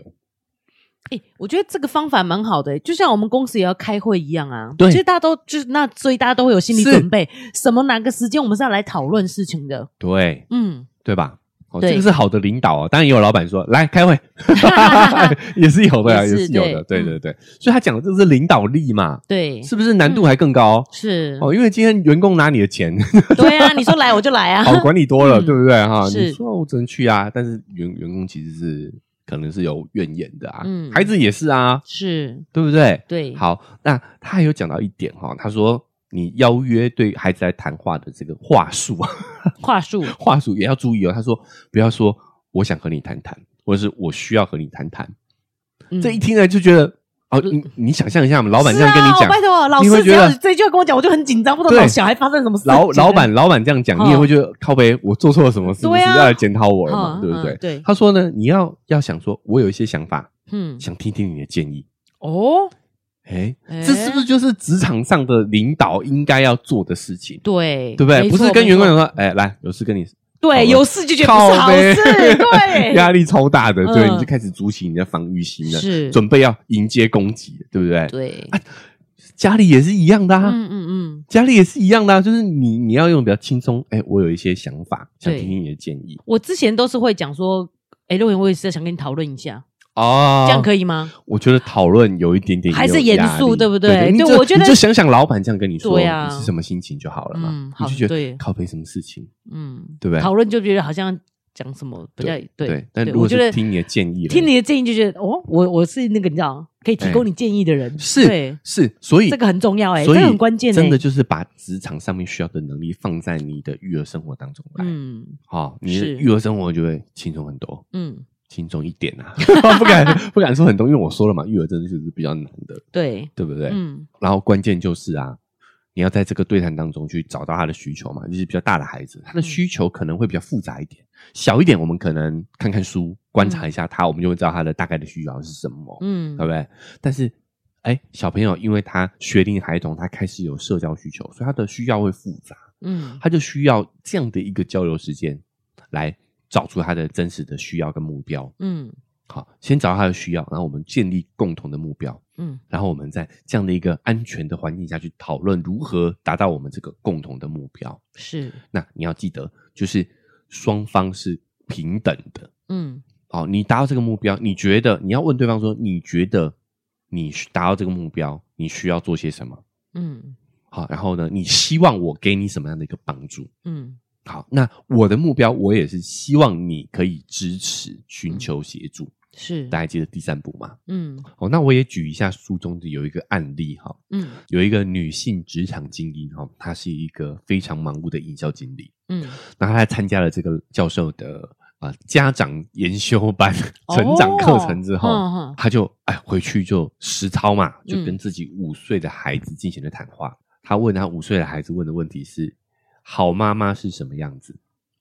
B: 哎、我觉得这个方法蛮好的、就像我们公司也要开会一样啊。
C: 对
B: 其实大家都就是那，所以大家都会有心理
C: 是
B: 准备，什么哪个时间我们是要来讨论事情的。
C: 对，
B: 嗯，
C: 对吧？哦，
B: 对
C: 这个是好的领导哦。当然也有老板说来 开会， 也是有的啊，
B: 也
C: 也
B: 是
C: 是有的。
B: 对
C: 对
B: 嗯
C: 对对，所以他讲的这个是领导力嘛，
B: 对，嗯
C: 是不是难度还更高？
B: 是，
C: 哦，因为今天员工拿你的钱，
B: 对啊，你说来我就来啊。
C: 好管理多了，
B: 嗯
C: 对不对哈？
B: 是
C: 你说我只能去啊，但是员员工其实是可能是有怨言的啊
B: 嗯，
C: 孩子也是啊，
B: 是，
C: 对不对？
B: 对，，
C: 好，那他还有讲到一点哈，他说你邀约对孩子来谈话的这个话术啊，
B: 话术，
C: 话术也要注意哦。他说不要说我想和你谈谈，或者是我需要和你谈谈，
B: 嗯
C: 这一听来就觉得哦，你你想象一下嘛，老板这样跟你
B: 是啊
C: 讲
B: 我，拜托，老
C: 你
B: 师
C: 会
B: 只
C: 觉
B: 要
C: 得
B: 这一句话跟我讲，我就很紧张，不知道
C: 对
B: 小孩发生什么事情了。
C: 老老板老板这样讲，你也会觉得靠背我做错了什么，是不是
B: 嗯对啊
C: 要来检讨我了
B: 嗯
C: 嘛？对不
B: 嗯
C: 对？
B: 对
C: 他说呢，你要要想说，我有一些想法，
B: 嗯，
C: 想听听你的建议。
B: 哦，
C: 哎，
B: 哎
C: 这是不是就是职场上的领导应该要做的事情？
B: 对，
C: 对不对？
B: 没
C: 不
B: 错
C: 是跟员工，
B: 没错
C: 讲说，哎，来，有 事跟你好
B: 对，
C: 了
B: 有事就觉得不
C: 靠
B: 是好
C: 背，
B: 事，对
C: 压力超大的，对，
B: 嗯
C: 你就开始筑起你的防御心了，
B: 是，
C: 准备要迎接攻击，对不对？
B: 对，
C: 家里也是一样的啊，
B: 嗯嗯嗯，
C: 家里也是一样的啊，就是你你要用比较轻松，哎，我有一些想法，想
B: 对
C: 听听你的建议
B: 我之前都是会讲说，哎、肉圆，我也是想跟你讨论一下，
C: 啊，
B: 这样可以吗？
C: 我觉得讨论有一点点
B: 还是严肃对不对
C: 对？你
B: 对
C: 就
B: 我觉得
C: 你就想想老板这样跟你说，
B: 对啊
C: 你是什么心情就好了嘛。
B: 嗯
C: 你
B: 好
C: 就觉
B: 对
C: 得靠背什么事情，
B: 嗯，
C: 对不对
B: 讨论就觉得好像讲什么比较对
C: 对。但如
B: 我
C: 果
B: 觉得
C: 是听你的建议了，
B: 听你的建议就觉得哦，我我是那个你知道可以提供你建议的人，
C: 是
B: 对
C: 是，所以
B: 这个很重要欸
C: 所以
B: 这个很关键欸
C: 真的就是把职场上面需要的能力放在你的育儿生活当中来，
B: 嗯
C: 好，你的
B: 是
C: 育儿生活就会轻松很多。
B: 嗯，
C: 轻松一点啊， 不敢不敢说很多，因为我说了嘛，育儿真的就是比较难的，
B: 对，
C: 对不对？
B: 嗯
C: 然后关键就是啊，你要在这个对谈当中去找到他的需求嘛，就是比较大的孩子，
B: 嗯
C: 他的需求可能会比较复杂一点，小一点我们可能看看书，观察一下他，我们就会知道他的大概的需求是什么，
B: 嗯
C: 对不对？但是，哎，小朋友因为他学龄孩童，他开始有社交需求，所以他的需要会复杂，
B: 嗯
C: 他就需要这样的一个交流时间来找出他的真实的需要跟目标。
B: 嗯
C: 好，先找到他的需要，然后我们建立共同的目标。
B: 嗯
C: 然后我们在这样的一个安全的环境下去讨论如何达到我们这个共同的目标。
B: 是，
C: 那你要记得，就是双方是平等的。
B: 嗯
C: 好，你达到这个目标，你觉得你要问对方说，你觉得你达到这个目标，你需要做些什么？
B: 嗯
C: 好，然后呢，你希望我给你什么样的一个帮助？
B: 嗯
C: 好，那我的目标，我也是希望你可以支持、寻求协助。
B: 是
C: 大，家记得第三步嘛？
B: 嗯
C: 哦，那我也举一下书中的有一个案例哈，
B: 嗯
C: 有一个女性职场精英哈、哦，她是一个非常忙碌的营销经理，
B: 嗯
C: 那她还参加了这个教授的啊、呃家长研修班、
B: 哦
C: 成长课程之后，
B: 嗯嗯
C: 她就哎回去就实操嘛，就
B: 嗯
C: 跟自己五岁的孩子进行了谈话。她问她五岁的孩子问的问题是：好妈妈是什么样子？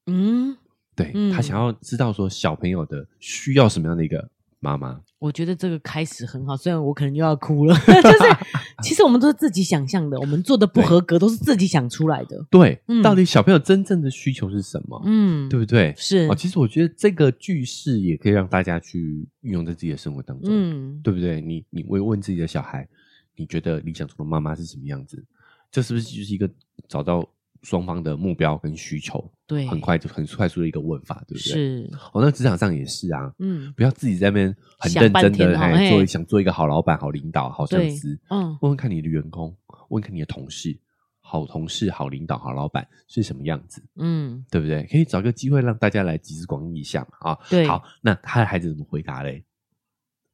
B: 嗯，
C: 对、
B: 嗯
C: 她想要知道说小朋友的需要什么样的一个妈妈。
B: 我觉得这个开始很好，虽然我可能又要哭了， 就是其实我们都是自己想象的，我们做的不合格都是自己想出来的，
C: 对，
B: 嗯
C: 到底小朋友真正的需求是什么？
B: 嗯，
C: 对不对？
B: 是
C: 哦，，其实我觉得这个句式也可以让大家去运用在自己的生活当中，
B: 嗯
C: 对不对？你你会问自己的小孩，你觉得理想中的妈妈是什么样子？这是不是就是一个找到双方的目标跟需求，
B: 对，
C: 很快就很快速的一个问法，对不对？。
B: 是，
C: 哦，那职场上也是啊，
B: 嗯
C: 不要自己在那边很
B: 想
C: 认
B: 半
C: 真
B: 天
C: 的，
B: 哦
C: 哎，
B: 嘿
C: 做想做一个好老板、好领导、好上
B: 对
C: 司，
B: 嗯
C: 问问看你的员工，问看你的同事，好同事、好领导、好老板是什么样子？
B: 嗯，
C: 对不对？可以找个机会让大家来集思广益一下嘛啊。
B: 对
C: 好，那他的孩子怎么回答嘞？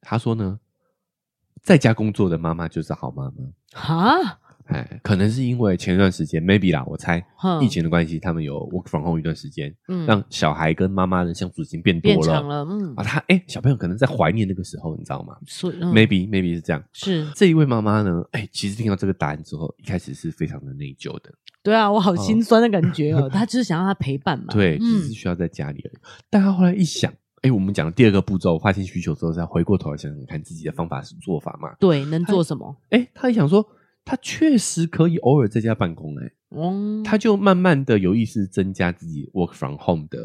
C: 他说呢，在家工作的妈妈就是好妈妈。
B: 哈，
C: 哎，可能是因为前一段时间，maybe 啦，我猜
B: 哼
C: 疫情的关系，他们有 work from home 一段时间，
B: 嗯
C: 让小孩跟妈妈的相处时间变多
B: 变
C: 了。
B: 长了，嗯
C: 啊，，他哎、小朋友可能在怀念那个时候，你知道吗、
B: 所以嗯
C: m a y b e maybe 是这样。
B: 是
C: 这一位妈妈呢，哎、其实听到这个答案之后，一开始是非常的内疚的。
B: 对啊，我好心酸的感觉 哦。他就是想让他陪伴嘛。
C: 嗯对，只是
B: 嗯，
C: 需要在家里而已。但他后来一想，哎，我们讲的第二个步骤，发现需求之后，再回过头来想想看自己的方法是做法嘛。
B: 对，能做什么？
C: 哎，他一想说，他确实可以偶尔在家办公，哎，
B: 哦，
C: 他就慢慢的有意识增加自己 work from home 的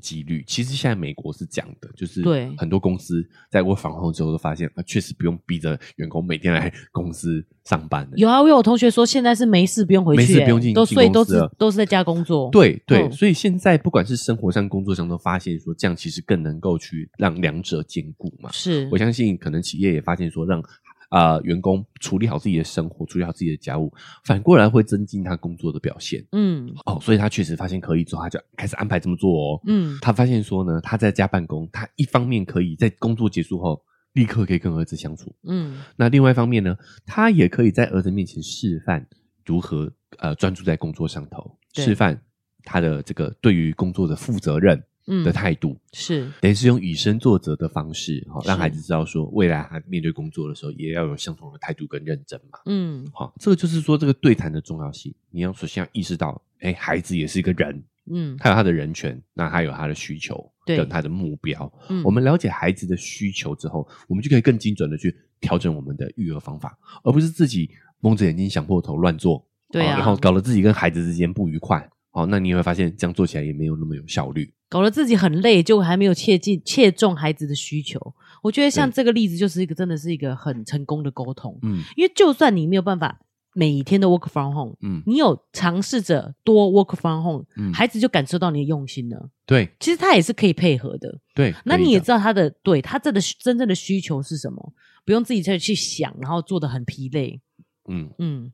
C: 几率。其实现在美国是讲的，就是
B: 对
C: 很多公司在 work from home 之后都发现，啊，确实不用逼着员工每天来公司上班的。
B: 有啊，我有同学说现在是没事不用回去
C: 没
B: 欸，
C: 事不用进
B: 都
C: 进
B: 所以
C: 公
B: 都
C: 司
B: 是
C: 了
B: 都是在家工作。，
C: 对对，
B: 嗯
C: 所以现在不管是生活上、工作上，都发现说这样其实更能够去让两者兼顾嘛。
B: 是
C: 我，相信可能企业也发现说让。啊、员工处理好自己的生活，处理好自己的家务，反过来会增进他工作的表现
B: 嗯
C: 哦。所以他确实发现可以之后，他就开始安排这么做哦。
B: 嗯，
C: 他发现说呢，他在家办公，他一方面可以在工作结束后立刻可以跟儿子相处，
B: 嗯
C: 那另外一方面呢，他也可以在儿子面前示范如何呃专注在工作上头，
B: 对
C: 示范他的这个对于工作的负责任
B: 嗯
C: 的态度，
B: 是，
C: 等于是用以身作则的方式，哈、
B: 是
C: 让孩子知道说未来他面对工作的时候也要有相同的态度跟认真嘛。
B: 嗯
C: 好、这个就是说这个对谈的重要性，你要首先要意识到，哎，孩子也是一个人，
B: 嗯
C: 他有他的人权，那他有他的需求
B: 对
C: 跟他的目标。
B: 嗯，
C: 我们了解孩子的需求之后，我们就可以更精准的去调整我们的育儿方法，而不是自己蒙着眼睛想破头乱做，
B: 对啊
C: 然后搞得自己跟孩子之间不愉快。哦，那你也会发现这样做起来也没有那么有效率。
B: 搞得自己很累，就还没有切近切中孩子的需求。我觉得像
C: 对
B: 这个例子就是一个真的是一个很成功的沟通，
C: 嗯，
B: 因为就算你没有办法。每天都 work from home，
C: 嗯，
B: 你有尝试着多 work from home，、
C: 嗯
B: 孩子就感受到你的用心了。
C: 对
B: 其实他也是可以配合的，
C: 对，
B: 那
C: 可以
B: 你也
C: 的
B: 知道他的对他这个真正的需求是什么，不用自己再去想，然后做的很疲累。
C: 嗯，
B: 嗯，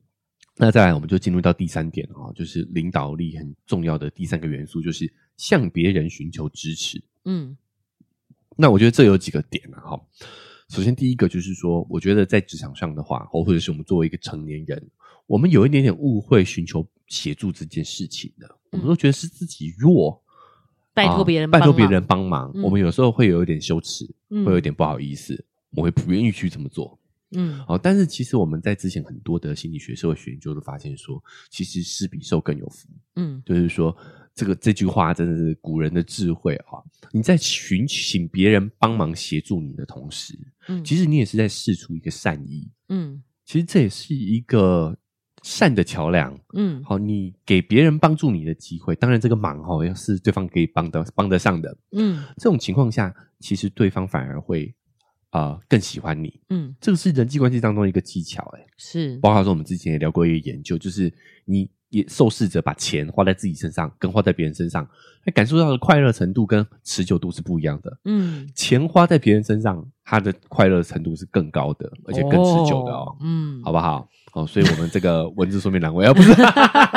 C: 那再来我们就进入到第三点哈、就是领导力很重要的第三个元素，就是向别人寻求支持。
B: 嗯
C: 那我觉得这有几个点啊，哈。首先，第一个就是说，我觉得在职场上的话，哦或或者是我们作为一个成年人，我们有一点点误会寻求协助这件事情的，我们都觉得是自己弱，
B: 嗯拜托
C: 啊
B: 别人
C: 拜
B: 帮忙
C: 托别人帮忙。
B: 嗯
C: 我们有时候会有一点羞耻，
B: 嗯
C: 会有一点不好意思，我会不愿意去这么做。
B: 嗯
C: 好，但是其实我们在之前很多的心理学、社会学研究都发现说，其实施比受更有福。
B: 嗯
C: 就是说，这个这句话真的是古人的智慧啊！你在寻请别人帮忙协助你的同时，
B: 嗯，
C: 其
B: 实
C: 实你也是在试出一个善意。
B: 嗯
C: 其实这也是一个善的桥梁。
B: 嗯
C: 好，你给别人帮助你的机会，当然这个忙哈、要是对方可以帮得帮得上的，
B: 嗯
C: 这种情况下，其实对方反而会啊、呃更喜欢你。
B: 嗯
C: 这个是人际关系当中一个技巧、欸，
B: 是
C: 包括说我们之前也聊过一个研究，就是你也受试者把钱花在自己身上，跟花在别人身上，他感受到的快乐程度跟持久度是不一样的。
B: 嗯
C: 钱花在别人身上，他的快乐程度是更高的，而且更持久的哦，
B: 嗯
C: 好不好？哦，所以我们这个文字说明栏位啊，不是，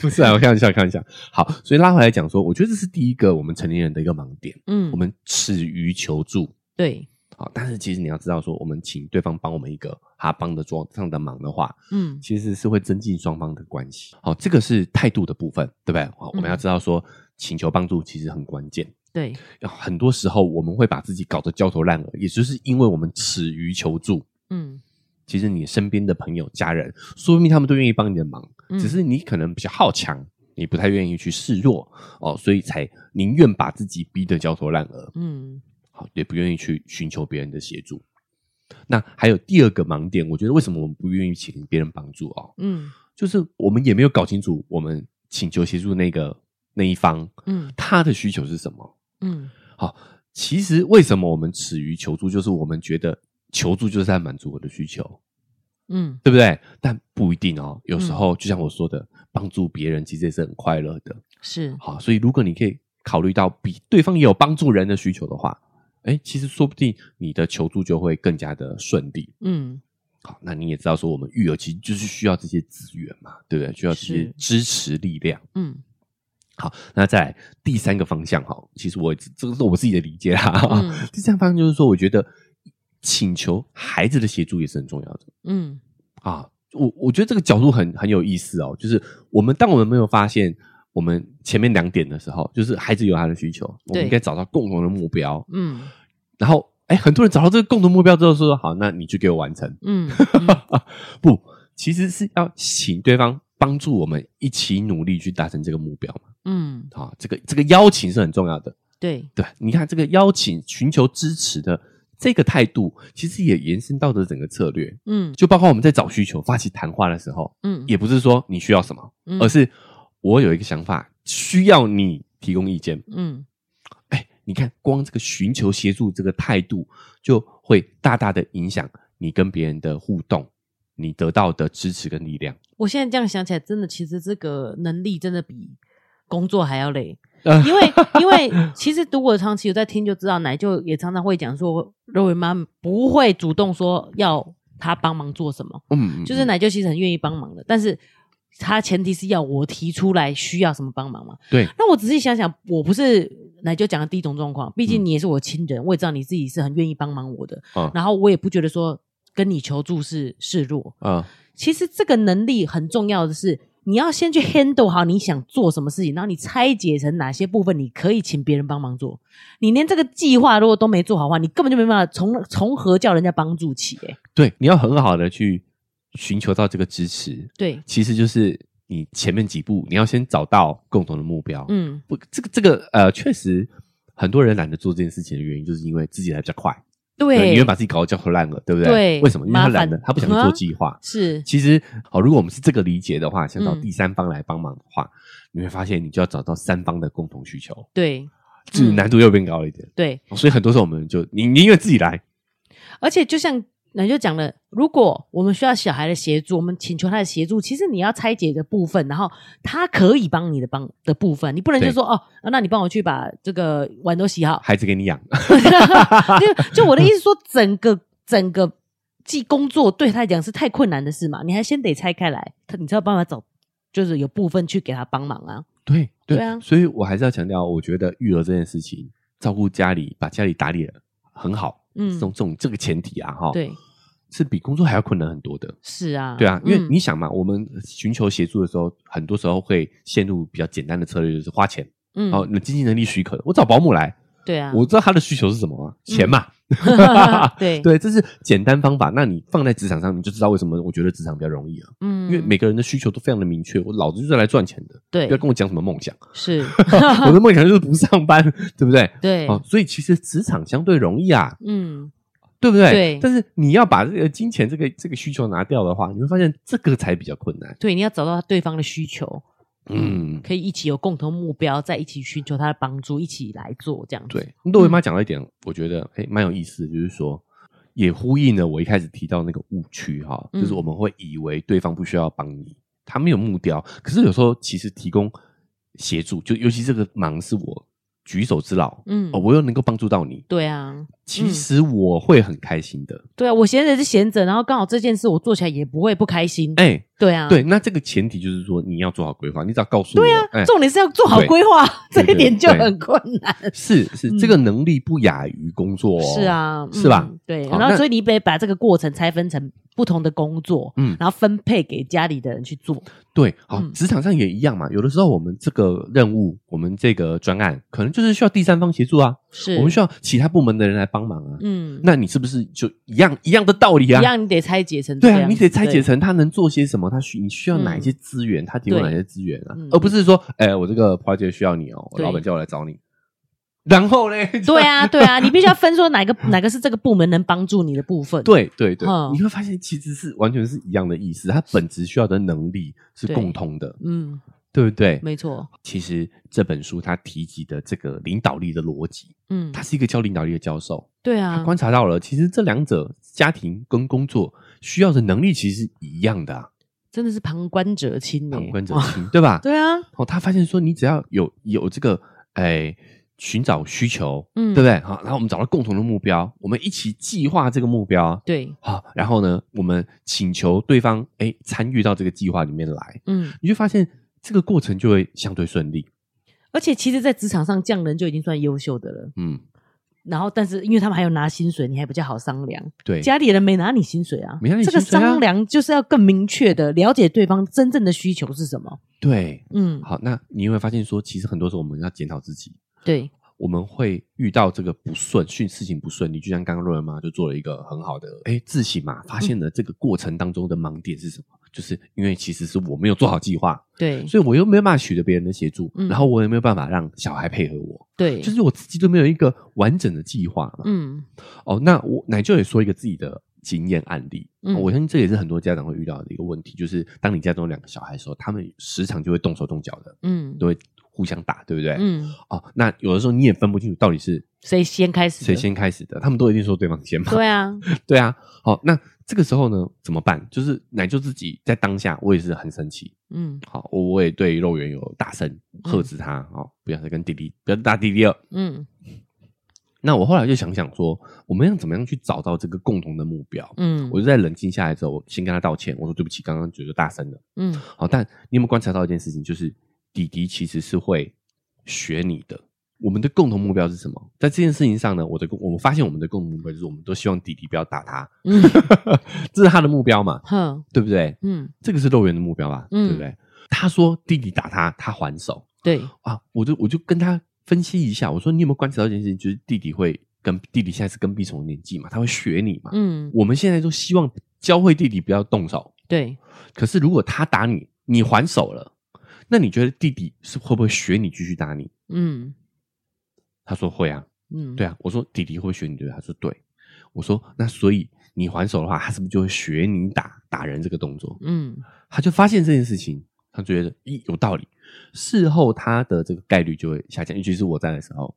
C: 不是啊，我开玩笑，开玩笑。好，所以拉回来讲说，我觉得这是第一个我们成年人的一个盲点，
B: 嗯
C: 我们耻于求助。
B: 对
C: 好，但是其实你要知道说，我们请对方帮我们一个他帮得上上的忙的话，
B: 嗯
C: 其实是会增进双方的关系。好，这个是态度的部分，对不对？好，我们要知道说，请求帮助其实很关键。
B: 对
C: 很多时候我们会把自己搞得焦头烂额，也就是因为我们耻于求助。
B: 嗯
C: 其实你身边的朋友、家人，说不定他们都愿意帮你的忙，
B: 嗯
C: 只是你可能比较好强，你不太愿意去示弱哦，所以才宁愿把自己逼得焦头烂额。
B: 嗯
C: 好，也不愿意去寻求别人的协助。那还有第二个盲点，我觉得为什么我们不愿意请别人帮助哦？
B: 嗯
C: 就是我们也没有搞清楚我们请求协助那个那一方
B: 嗯
C: 他的需求是什么。
B: 嗯
C: 好，其实为什么我们耻于求助，就是我们觉得求助就是在满足我的需求，
B: 嗯
C: 对不对？但不一定哦，有时候就像我说的，帮助别人其实也是很快乐的。
B: 是
C: 好，所以如果你可以考虑到比对方也有帮助人的需求的话，哎，其实说不定你的求助就会更加的顺利。
B: 嗯
C: 好，那你也知道说，我们育儿其实就是需要这些资源嘛，对不对？需要这些
B: 是
C: 支持力量。
B: 嗯
C: 好，那再来第三个方向哈，其实我也这个是我自己的理解啦。
B: 嗯
C: 第三个方向就是说，我觉得请求孩子的协助也是很重要的
B: 嗯
C: 啊。我我觉得这个角度很很有意思哦，就是我们当我们没有发现我们前面两点的时候，就是孩子有他的需求，我
B: 对
C: 们应该找到共同的目标。
B: 嗯
C: 然后，哎，很多人找到这个共同目标之后说，好，那你去给我完成。
B: 嗯
C: 不，其实是要请对方帮助我们一起努力去达成这个目标嘛。
B: 嗯
C: 啊，这个这个邀请是很重要的。
B: 对
C: 对，你看这个邀请、寻求支持的这个态度，其实也延伸到的整个策略，
B: 嗯
C: 就包括我们在找需求、发起谈话的时候，
B: 嗯
C: 也不是说你需要什么，
B: 嗯
C: 而是我有一个想法，需要你提供意见。
B: 嗯
C: 哎，你看，光这个寻求协助这个态度，就会大大的影响你跟别人的互动，你得到的支持跟力量。
B: 我现在这样想起来，真的，其实这个能力真的比工作还要累，
C: 呃
B: 因为因为其实如果长期有在听就知道，奶就也常常会讲说，肉圆妈不会主动说要他帮忙做什么，
C: 嗯，嗯
B: 就是
C: 嗯
B: 奶就其实很愿意帮忙的，但是他前提是要我提出来需要什么帮忙嘛。
C: 对，
B: 那我仔细想想，我不是奶就讲的第一种状况，毕竟
C: 嗯
B: 你也是我亲人，我也知道你自己是很愿意帮忙我的，
C: 嗯
B: 然后我也不觉得说跟你求助是示弱。
C: 啊，
B: 其实这个能力很重要的是，你要先去 handle 好你想做什么事情，然后你拆解成哪些部分你可以请别人帮忙做。你连这个计划如果都没做好的话，你根本就没办法从从何叫人家帮助起、欸。
C: 对，你要很好的去寻求到这个支持，
B: 对，
C: 其实就是你前面几步，你要先找到共同的目标。
B: 嗯，
C: 不，这个这个呃，确实很多人懒得做这件事情的原因，就是因为自己来比较快，
B: 对，
C: 宁愿把自己搞得焦头烂额，对不对？
B: 对
C: 为什么？因为他
B: 麻烦
C: 懒得，他不想去做计划。
B: 是，
C: 其实，好，如果我们是这个理解的话，想找
B: 嗯
C: 第三方来帮忙的话，你会发现你就要找到三方的共同需求，
B: 对
C: 这
B: 嗯
C: 难度又变高了一点。
B: 对，
C: 所以很多时候我们就你宁愿自己来，
B: 而且就像那就讲了，如果我们需要小孩的协助，我们请求他的协助，其实你要拆解的部分，然后他可以帮你的帮的部分，你不能就
C: 对
B: 说哦、啊那你帮我去把这个碗都洗好，
C: 孩子给你养，
B: 就 就我的意思说，整个整个记工作对他来讲是太困难的事嘛，你还先得拆开来，他你才有办法找，就是有部分去给他帮忙啊。
C: 对对
B: 对啊
C: 所以我还是要强调，我觉得育儿这件事情，照顾家里，把家里打理得很好，
B: 嗯
C: 嗯，这种这种这个前提啊，哈，
B: 对，
C: 是比工作还要困难很多的。
B: 是啊，
C: 对啊，因为
B: 嗯
C: 你想嘛，我们寻求协助的时候，很多时候会陷入比较简单的策略，就是花钱。
B: 嗯，
C: 哦，那经济能力许可的，我找保姆来，
B: 对啊，嗯
C: 我知道他的需求是什么啊，钱嘛。
B: 对
C: 对，这是简单方法。那你放在职场上，你就知道为什么我觉得职场比较容易啊，
B: 嗯，
C: 因为每个人的需求都非常的明确。我老子就是来赚钱的，
B: 对
C: 不要跟我讲什么梦想，
B: 是，
C: 我的梦想就是不上班， 对不对？
B: 对，
C: 哦，所以其实职场相对容易啊，
B: 嗯，
C: 对不对？
B: 对
C: 但是你要把这个金钱这个这个需求拿掉的话，你会发现这个才比较困难。
B: 对，你要找到对方的需求，
C: 嗯，
B: 可以一起有共同目标，再一起寻求他的帮助，一起来做这样子。
C: 对。那我妈讲了一点，我觉得哎蛮有意思的，就是说。也呼应了我一开始提到那个误区哈，
B: 嗯
C: 就是我们会以为对方不需要帮你，他没有目标，可是有时候其实提供协助，就尤其这个忙是我举手之劳，
B: 嗯
C: 哦，我又能够帮助到你，
B: 对啊，
C: 其实我会很开心的。
B: 对啊，我闲着是闲着，然后刚好这件事我做起来也不会不开心。
C: 哎、
B: 对啊，
C: 对，那这个前提就是说你要做好规划，你只要告诉我，
B: 对啊，
C: 哎
B: 重点是要做好
C: 对
B: 规划，这
C: 对
B: 一
C: 对
B: 点就
C: 对
B: 很困难。
C: 是是、
B: 嗯
C: 这个能力不亚于工作、哦，
B: 是，啊，
C: 是吧
B: 嗯？对，
C: 好
B: 然后
C: 那
B: 所以你得把这个过程拆分成不同的工作，
C: 嗯
B: 然后分配给家里的人去做。
C: 对，好
B: 嗯，
C: 职场上也一样嘛，有的时候我们这个任务，我们这个专案，可能就是需要第三方协助啊，
B: 是，
C: 我们需要其他部门的人来帮忙啊，
B: 嗯，
C: 那你是不是就一样一样的道理啊？
B: 一样你得拆解成
C: 对
B: 这
C: 啊，
B: 样
C: 你
B: 子
C: 得拆解。
B: 对
C: 成他能做些什么，他需你需要哪一些资源，他提供
B: 对
C: 哪些资源啊
B: 嗯，
C: 而不是说，哎，我这个 project 需要你哦，我
B: 对
C: 老板叫我来找你，然后嘞，
B: 对 啊，对啊，你必须要分说哪个哪个是这个部门能帮助你的部分。
C: 嗯对对对
B: 嗯，
C: 你会发现其实是完全是一样的意思，他本质需要的能力是
B: 对
C: 共通的，
B: 嗯，
C: 对不对？
B: 没错，
C: 其实这本书他提及的这个领导力的逻辑，
B: 嗯
C: 他，是一个教领导力的教授，
B: 对
C: 他
B: 啊，
C: 观察到了，其实这两者家庭跟工作需要的能力其实是一样的、啊，
B: 真的是旁观者清欸，
C: 旁观者
B: 哇
C: 清，对吧？
B: 对啊，
C: 哦，他发现说，你只要有有这个，哎，寻找需求，
B: 嗯
C: 对不对？好，然后我们找到共同的目标，我们一起计划这个目标，
B: 对，
C: 好，然后呢，我们请求对方哎参与到这个计划里面来，
B: 嗯，
C: 你就发现这个过程就会相对顺利，
B: 而且其实，在职场上，匠人就已经算优秀的了。
C: 嗯，
B: 然后，但是因为他们还有拿薪水，你还比较好商量。
C: 对，
B: 家里人没拿你薪水啊，
C: 没拿你
B: 这个
C: 薪水啊
B: 商量就是要更明确的了解对方真正的需求是什么。
C: 对，
B: 嗯，
C: 好，那你会发现说，其实很多时候我们要检讨自己，
B: 对，
C: 我们会遇到这个不顺，事事情不顺利，就像刚刚若人妈就做了一个很好的哎自省嘛，
B: 嗯
C: 发现了这个过程当中的盲点是什么，就是因为其实是我没有做好计划，
B: 对，
C: 所以我又没有办法取得别人的协助，
B: 嗯
C: 然后我也没有办法让小孩配合我，
B: 对，
C: 就是我自己都没有一个完整的计划嘛。
B: 嗯，
C: 哦，那我奶舅也说一个自己的经验案例，哦
B: 嗯
C: 我相信这也是很多家长会遇到的一个问题，就是当你家中有两个小孩的时候，他们时常就会动手动脚的，
B: 嗯，
C: 都会互相打，对不对？
B: 嗯，
C: 哦，那有的时候你也分不清楚到底是
B: 谁先开始的？
C: 谁先开始的，他们都一定说对方先嘛。
B: 对啊，
C: 对啊，好，那这个时候呢怎么办？就是奶就自己在当下，我也是很生气，
B: 嗯
C: 好，我我也对肉圆有大声呵斥他，哦，不要再跟弟弟，不要再打弟弟了。
B: 嗯
C: 那我后来就想想说，我们要怎么样去找到这个共同的目标？
B: 嗯，
C: 我就在冷静下来之后，我先跟他道歉，我说对不起，刚刚觉得大声了。
B: 嗯
C: 好，但你有没有观察到一件事情，就是弟弟其实是会学你的。我们的共同目标是什么？在这件事情上呢，我的我们发现我们的共同目标就是，我们都希望弟弟不要打他，
B: 嗯
C: 这是他的目标嘛，
B: 哼
C: 对不对？
B: 嗯，
C: 这个是肉圆的目标吧，
B: 嗯
C: 对不对？他说弟弟打他，他还手
B: 对，
C: 啊，我就我就跟他分析一下，我说你有没有观察到一件事情，就是弟弟会跟弟弟现在是跟屁虫的年纪嘛，他会学你嘛，
B: 嗯
C: 我们现在都希望教会弟弟不要动手，
B: 对，
C: 可是如果他打你，你还手了，那你觉得弟弟是会不会学你继续打你？
B: 嗯
C: 他说会啊，
B: 嗯
C: 对啊。我说弟弟会学你对不对，他说对。我说那所以你还手的话，他是不是就会学你打打人这个动作？
B: 嗯
C: 他就发现这件事情，他觉得咦有道理。事后他的这个概率就会下降，尤其是我在的时候，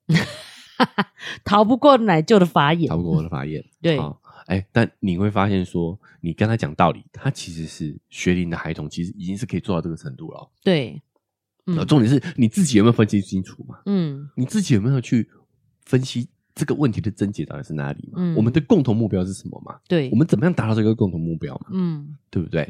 B: 逃不过奶舅的法眼
C: 逃，不过我的法眼。
B: 对
C: 啊哎，但你会发现说，你跟他讲道理，他其实是学龄的孩童，其实已经是可以做到这个程度了哦。
B: 对，
C: 呃
B: 嗯
C: 重点是你自己有没有分析清楚嘛？
B: 嗯
C: 你自己有没有去分析这个问题的症结到底是哪里嘛？
B: 嗯
C: 我们的共同目标是什么嘛？
B: 对，
C: 我们怎么样达到这个共同目标嘛？
B: 嗯
C: 对不对？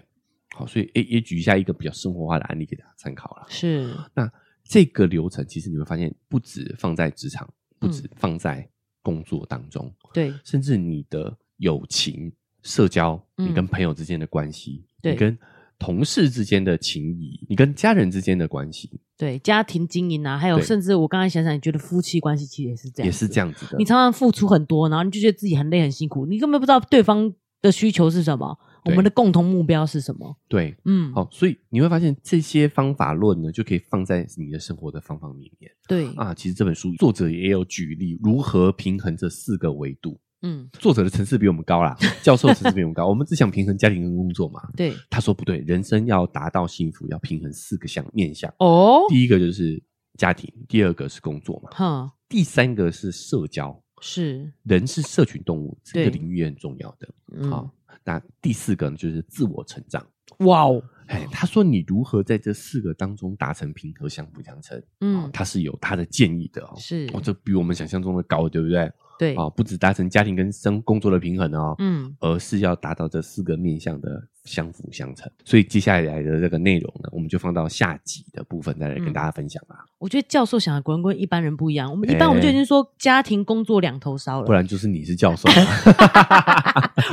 C: 好，所以也也举一下一个比较生活化的案例给大家参考啦。
B: 是
C: 那这个流程其实你会发现，不止放在职场，不
B: 嗯
C: 止放在工作当中，
B: 对
C: 甚至你的友情、社交，
B: 嗯
C: 你跟朋友之间的关系，
B: 对
C: 你跟同事之间的情谊，你跟家人之间的关系，
B: 对，家庭经营啊，还有
C: 对
B: 甚至我刚才想想，你觉得夫妻关系其实也是这样，
C: 也是这。样子的
B: 你。常常付出很多，然后你就觉得自己很累很辛苦，你根本不知道对方的需求是什么，我
C: 对
B: 们的共同目标是什么。
C: 对，
B: 嗯，
C: 好，所以你会发现这些方法论呢，就可以放在你的生活的方方面面
B: 对，
C: 啊。其实这本书作者也有举例，如何平衡这四个维度。
B: 嗯，
C: 作者的层次比我们高啦， 教授的层次比我们高，我们只想平衡家庭跟工作嘛。
B: 对，
C: 他说不对，人生要达到幸福，要平衡四个项面向。
B: 哦，
C: 第一个就是家庭，第二个是工作嘛，
B: 哈，
C: 第三个是社交。
B: 是，
C: 人是社群动物，这个
B: 对
C: 领域也很重要的。
B: 嗯
C: 好，那第四个呢，就是自我成长。
B: 哇哦，
C: 哎，他说你如何在这四个当中达成平和，相辅相成？嗯
B: 嗯，，
C: 他是有他的建议的哦。
B: 是，
C: 哦，这比我们想象中的高，对不对？
B: 对，
C: 啊，不止达成家庭跟生工作的平衡哦，
B: 嗯，
C: 而是要达到这四个面向的相辅相成。所以接下来的这个内容呢，我们就放到下集的部分再来跟
B: 嗯
C: 大家分享啦，
B: 我觉得教授想的果然跟一般人不一样，我们一
C: 哎
B: 般我们就已经说家庭工作两头烧了，
C: 不然就是你是教授，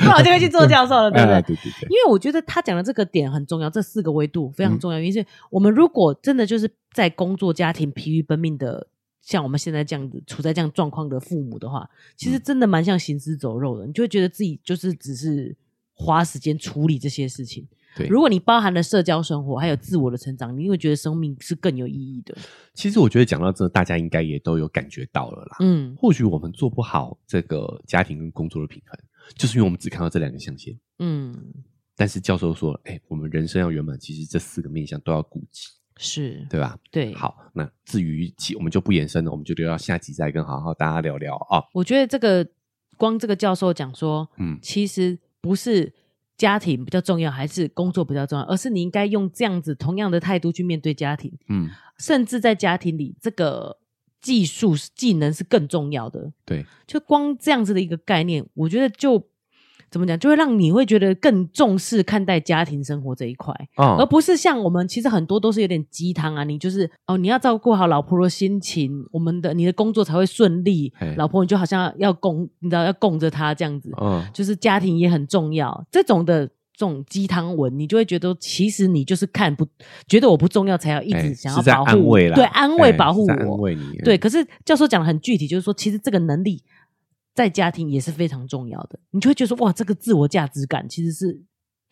B: 不然我就会去做教 授了， 对不
C: 哎
B: 对？
C: 对对对，
B: 因为我觉得他讲的这个点很重要，这四个维度非
C: 嗯
B: 常重要。因为是我们如果真的就是在工作、家庭疲于奔命的，像我们现在这样子处在这样状况的父母的话，其
C: 嗯
B: 实真的蛮像行尸走肉的。你就会觉得自己就是只是花时间处理这些事情。
C: 对
B: 如果你包含了社交生活，还有自我的成长，你会觉得生命是更有意义的。
C: 其实我觉得讲到这，大家应该也都有感觉到了啦。
B: 嗯
C: 或许我们做不好这个家庭跟工作的平衡，就是因为我们只看到这两个象限。
B: 嗯，
C: 但是教授说，哎、我们人生要圆满，其实这四个面向都要顾及，
B: 是
C: 对吧？
B: 对。
C: 好，那至于其我们就不延伸了，我们就留到下集再跟好好大家聊聊啊、
B: 我觉得这个光这个教授讲说，
C: 嗯
B: 其实不是家庭比较重要，还是工作比较重要，而是你应该用这样子同样的态度去面对家庭，
C: 嗯，
B: 甚至在家庭里，这个技术技能是更重要的。
C: 对，
B: 就光这样子的一个概念，我觉得就。怎么讲，就会让你会觉得更重视看待家庭生活这一块，
C: 哦
B: 而不是像我们其实很多都是有点鸡汤啊，你就是哦，你要照顾好老婆的心情，我们的你的工作才会顺利
C: 嘿，
B: 老婆你就好像要供，你知道要供着她这样子，
C: 嗯，
B: 就是家庭也很重要。这种的这种鸡汤文，你就会觉得其实你就是看不觉得我不重要，才要一
C: 哎
B: 直想要
C: 是在
B: 保护
C: 安
B: 我，
C: 慰啦，
B: 对，安慰
C: 哎
B: 保护
C: 是在安
B: 我，
C: 慰嗯你，哎
B: 对。可是教授讲的很具体，就是说其实这个能力。在家庭也是非常重要的，你就会觉得说哇，这个自我价值感其实是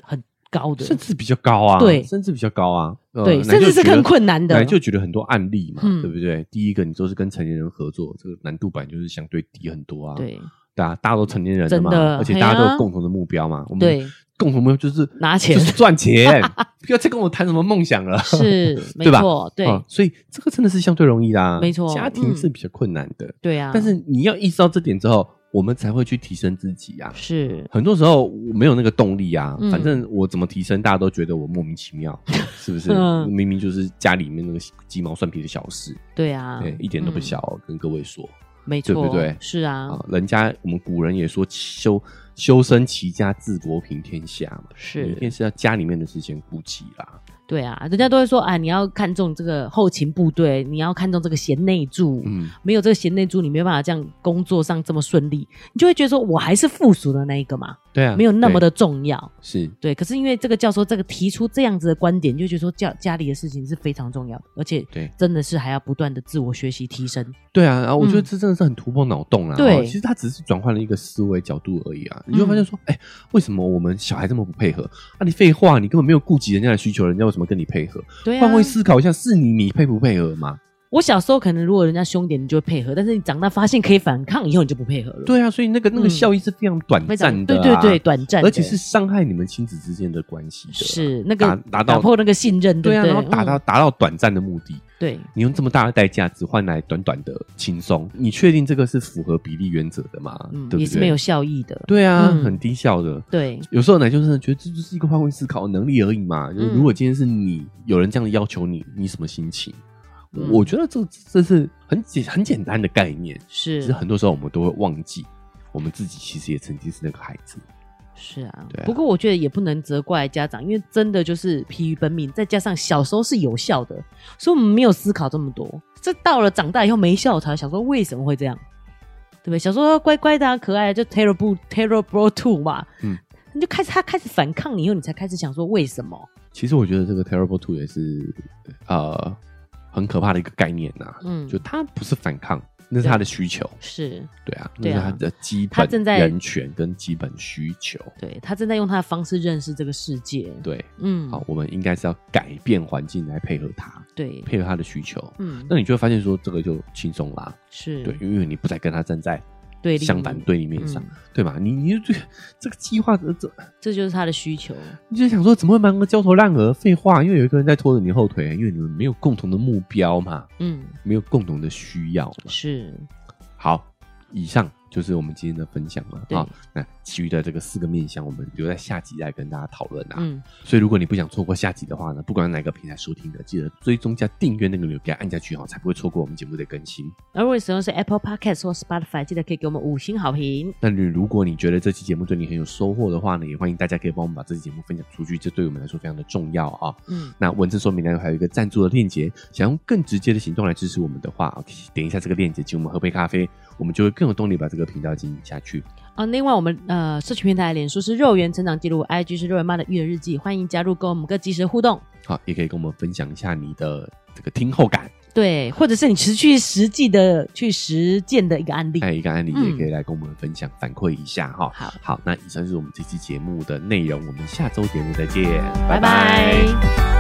B: 很高的，
C: 甚至比较高啊，
B: 对
C: 甚至比较高啊，呃
B: 对，
C: 乃
B: 甚
C: 就
B: 至是
C: 觉得
B: 更困难的
C: 本来。就觉得很多案例嘛，
B: 嗯
C: 对不对？第一个，你都是跟成年人合作，这个难度本来就是相对低很多啊。，
B: 对
C: 大家大家都成年人了嘛，
B: 真的
C: 而且大家都
B: 嘿
C: 有
B: 啊
C: 共同的目标嘛。我们
B: 对，
C: 共同目标就是
B: 拿钱
C: 就是 赚钱，不要再跟我谈什么梦想了。
B: 是没
C: 对吧
B: 错，对
C: 啊所以这个真的是相对容易啦，
B: 没错
C: 家庭是比较困难的，
B: 对啊。
C: 但是你要意识到这点之后，我们才会去提升自己啊。
B: 是
C: 很多时候我没有那个动力啊，
B: 嗯
C: 反正我怎么提升，大家都觉得我莫名其 妙，是不是？
B: 嗯
C: 明明就是家里面那个鸡毛蒜皮的小事，
B: 对啊，
C: 对，一点都不
B: 嗯
C: 小哦，跟各位说
B: 没
C: 对
B: 错，
C: 不对
B: 是啊，
C: 啊，人家我们古人也说修修身齐家治国平天下嘛，一定
B: 是，
C: 是要家里面的事先顾及啦，
B: 对啊，人家都会说啊，你要看重这个后勤部队，你要看重这个贤内助。
C: 嗯，
B: 没有这个贤内助，你没办法这样工作上这么顺利，你就会觉得说我还是附属的那一个嘛，
C: 对啊，
B: 没有那么的
C: 对
B: 重要。
C: 是
B: 对，可是因为这个教授这个提出这样子的观点，就觉得说家家里的事情是非常重要的，而且
C: 对
B: 真的是还要不断的自我学习提升。
C: 对啊，然后我觉得
B: 嗯
C: 这真的是很突破脑洞啦。
B: 对嗯
C: 哦其实他只是转换了一个思维角度而已啊。你就会发现说，哎、为什么我们小孩这么不配合？啊，你废话，你根本没有顾及人家的需求，人家为什么跟你配合？
B: 对啊，
C: 换位思考一下，是你，你配不配合嘛？
B: 我小时候可能如果人家凶一点，你就会配合，但是你长大发现可以反抗以后，你就不配合了。，
C: 对啊，所以那个那个
B: 嗯
C: 效益是非常短
B: 非
C: 暂
B: 常
C: 的、
B: 对
C: 啊
B: 对对，短暂的，
C: 而且是伤害你们亲子之间的关系的啊、
B: 是那个
C: 达达到
B: 打破那个信任，
C: 对
B: 不
C: 啊，
B: 对？
C: 然后达到
B: 嗯
C: 达到短暂的目的，
B: 对，
C: 你用这么大的代价只换来短短的轻松，你确定这个是符合比例原则的吗？
B: 嗯
C: 对不，对？
B: 也是没有效益的。
C: 对啊，
B: 嗯
C: 很低效的。
B: 对
C: 有时候奶就是觉得这就是一个换位思考的能力而已嘛。
B: 嗯
C: 就是如果今天是你有人这样要求你，你什么心情？
B: 嗯
C: 我觉得这这是很简很简单的概念，只
B: 是
C: 是很多时候我们都会忘记，我们自己其实也曾经是那个孩子。
B: 是啊
C: 对啊
B: 不过我觉得也不能责怪家长，因为真的就是疲于奔命，再加上小时候是有效的，所以我们没有思考这么多。这到了长大以后没效，才想说为什么会这样，对不对？小时候乖乖的、啊、可爱的，就 terrible terrible two 嘛，
C: 嗯
B: 你就开始他开始反抗你以后，你才开始想说为什么？
C: 其实我觉得这个 terrible two 也是呃很可怕的一个概念呐、
B: 嗯，
C: 就它不是反抗，那是他的需求，
B: 是
C: 对啊，
B: 对啊
C: 那是他的基
B: 他
C: 本
B: 正在
C: 人权跟基本需求。
B: 对他正在用他的方式认识这个世界。
C: 对，
B: 嗯，
C: 好，，我们应该是要改变环境来配合他，
B: 对，
C: 配合他的需求。
B: 嗯，
C: 那你就会发现说这个就轻松啦，
B: 是
C: 对，因为你不再跟他站在
B: 对立
C: 相反对立面上，
B: 嗯
C: 对吧？你你就觉得这个计划这这，
B: 这就是他的需求。
C: 你就想说怎么会忙个焦头烂额？废话，因为有一个人在拖着你后腿，因为你们没有共同的目标嘛，
B: 嗯，
C: 没有共同的需要嘛。
B: 是
C: 好，以上就是我们今天的分享了
B: 对
C: 啊。那其余的这个四个面向，我们留在下集再跟大家讨论啊。
B: 嗯，
C: 所以如果你不想错过下集的话呢，不管哪个平台收听的，记得追踪加订阅那个钮给它按下去哈，才不会错过我们节目的更新。
B: 而如果你使用的是 Apple Podcast 或 Spotify，记得可以给我们五星好评。
C: 那你如果你觉得这期节目对你很有收获的话呢，也欢迎大家可以帮我们把这期节目分享出去，这对我们来说非常的重要啊。
B: 嗯，
C: 那文字说明栏还有一个赞助的链接，想用更直接的行动来支持我们的话，啊点一下这个链接，请我们喝杯咖啡，我们就会更有动力把这个频道经营下去。
B: 啊，另外我们呃社群平台脸书是肉圆成长记录，IG 是肉圆妈的育儿日记，欢迎加入跟我们更及时互动。
C: 好，也可以跟我们分享一下你的这个听后感，
B: 对，或者是你持续实际的去实践的一个案例。
C: 还有一个案例
B: 嗯
C: 哎也可以来跟我们分享、反馈一下哈。
B: 好
C: 好，那以上就是我们这期节目的内容，我们下周节目再见，
B: 拜拜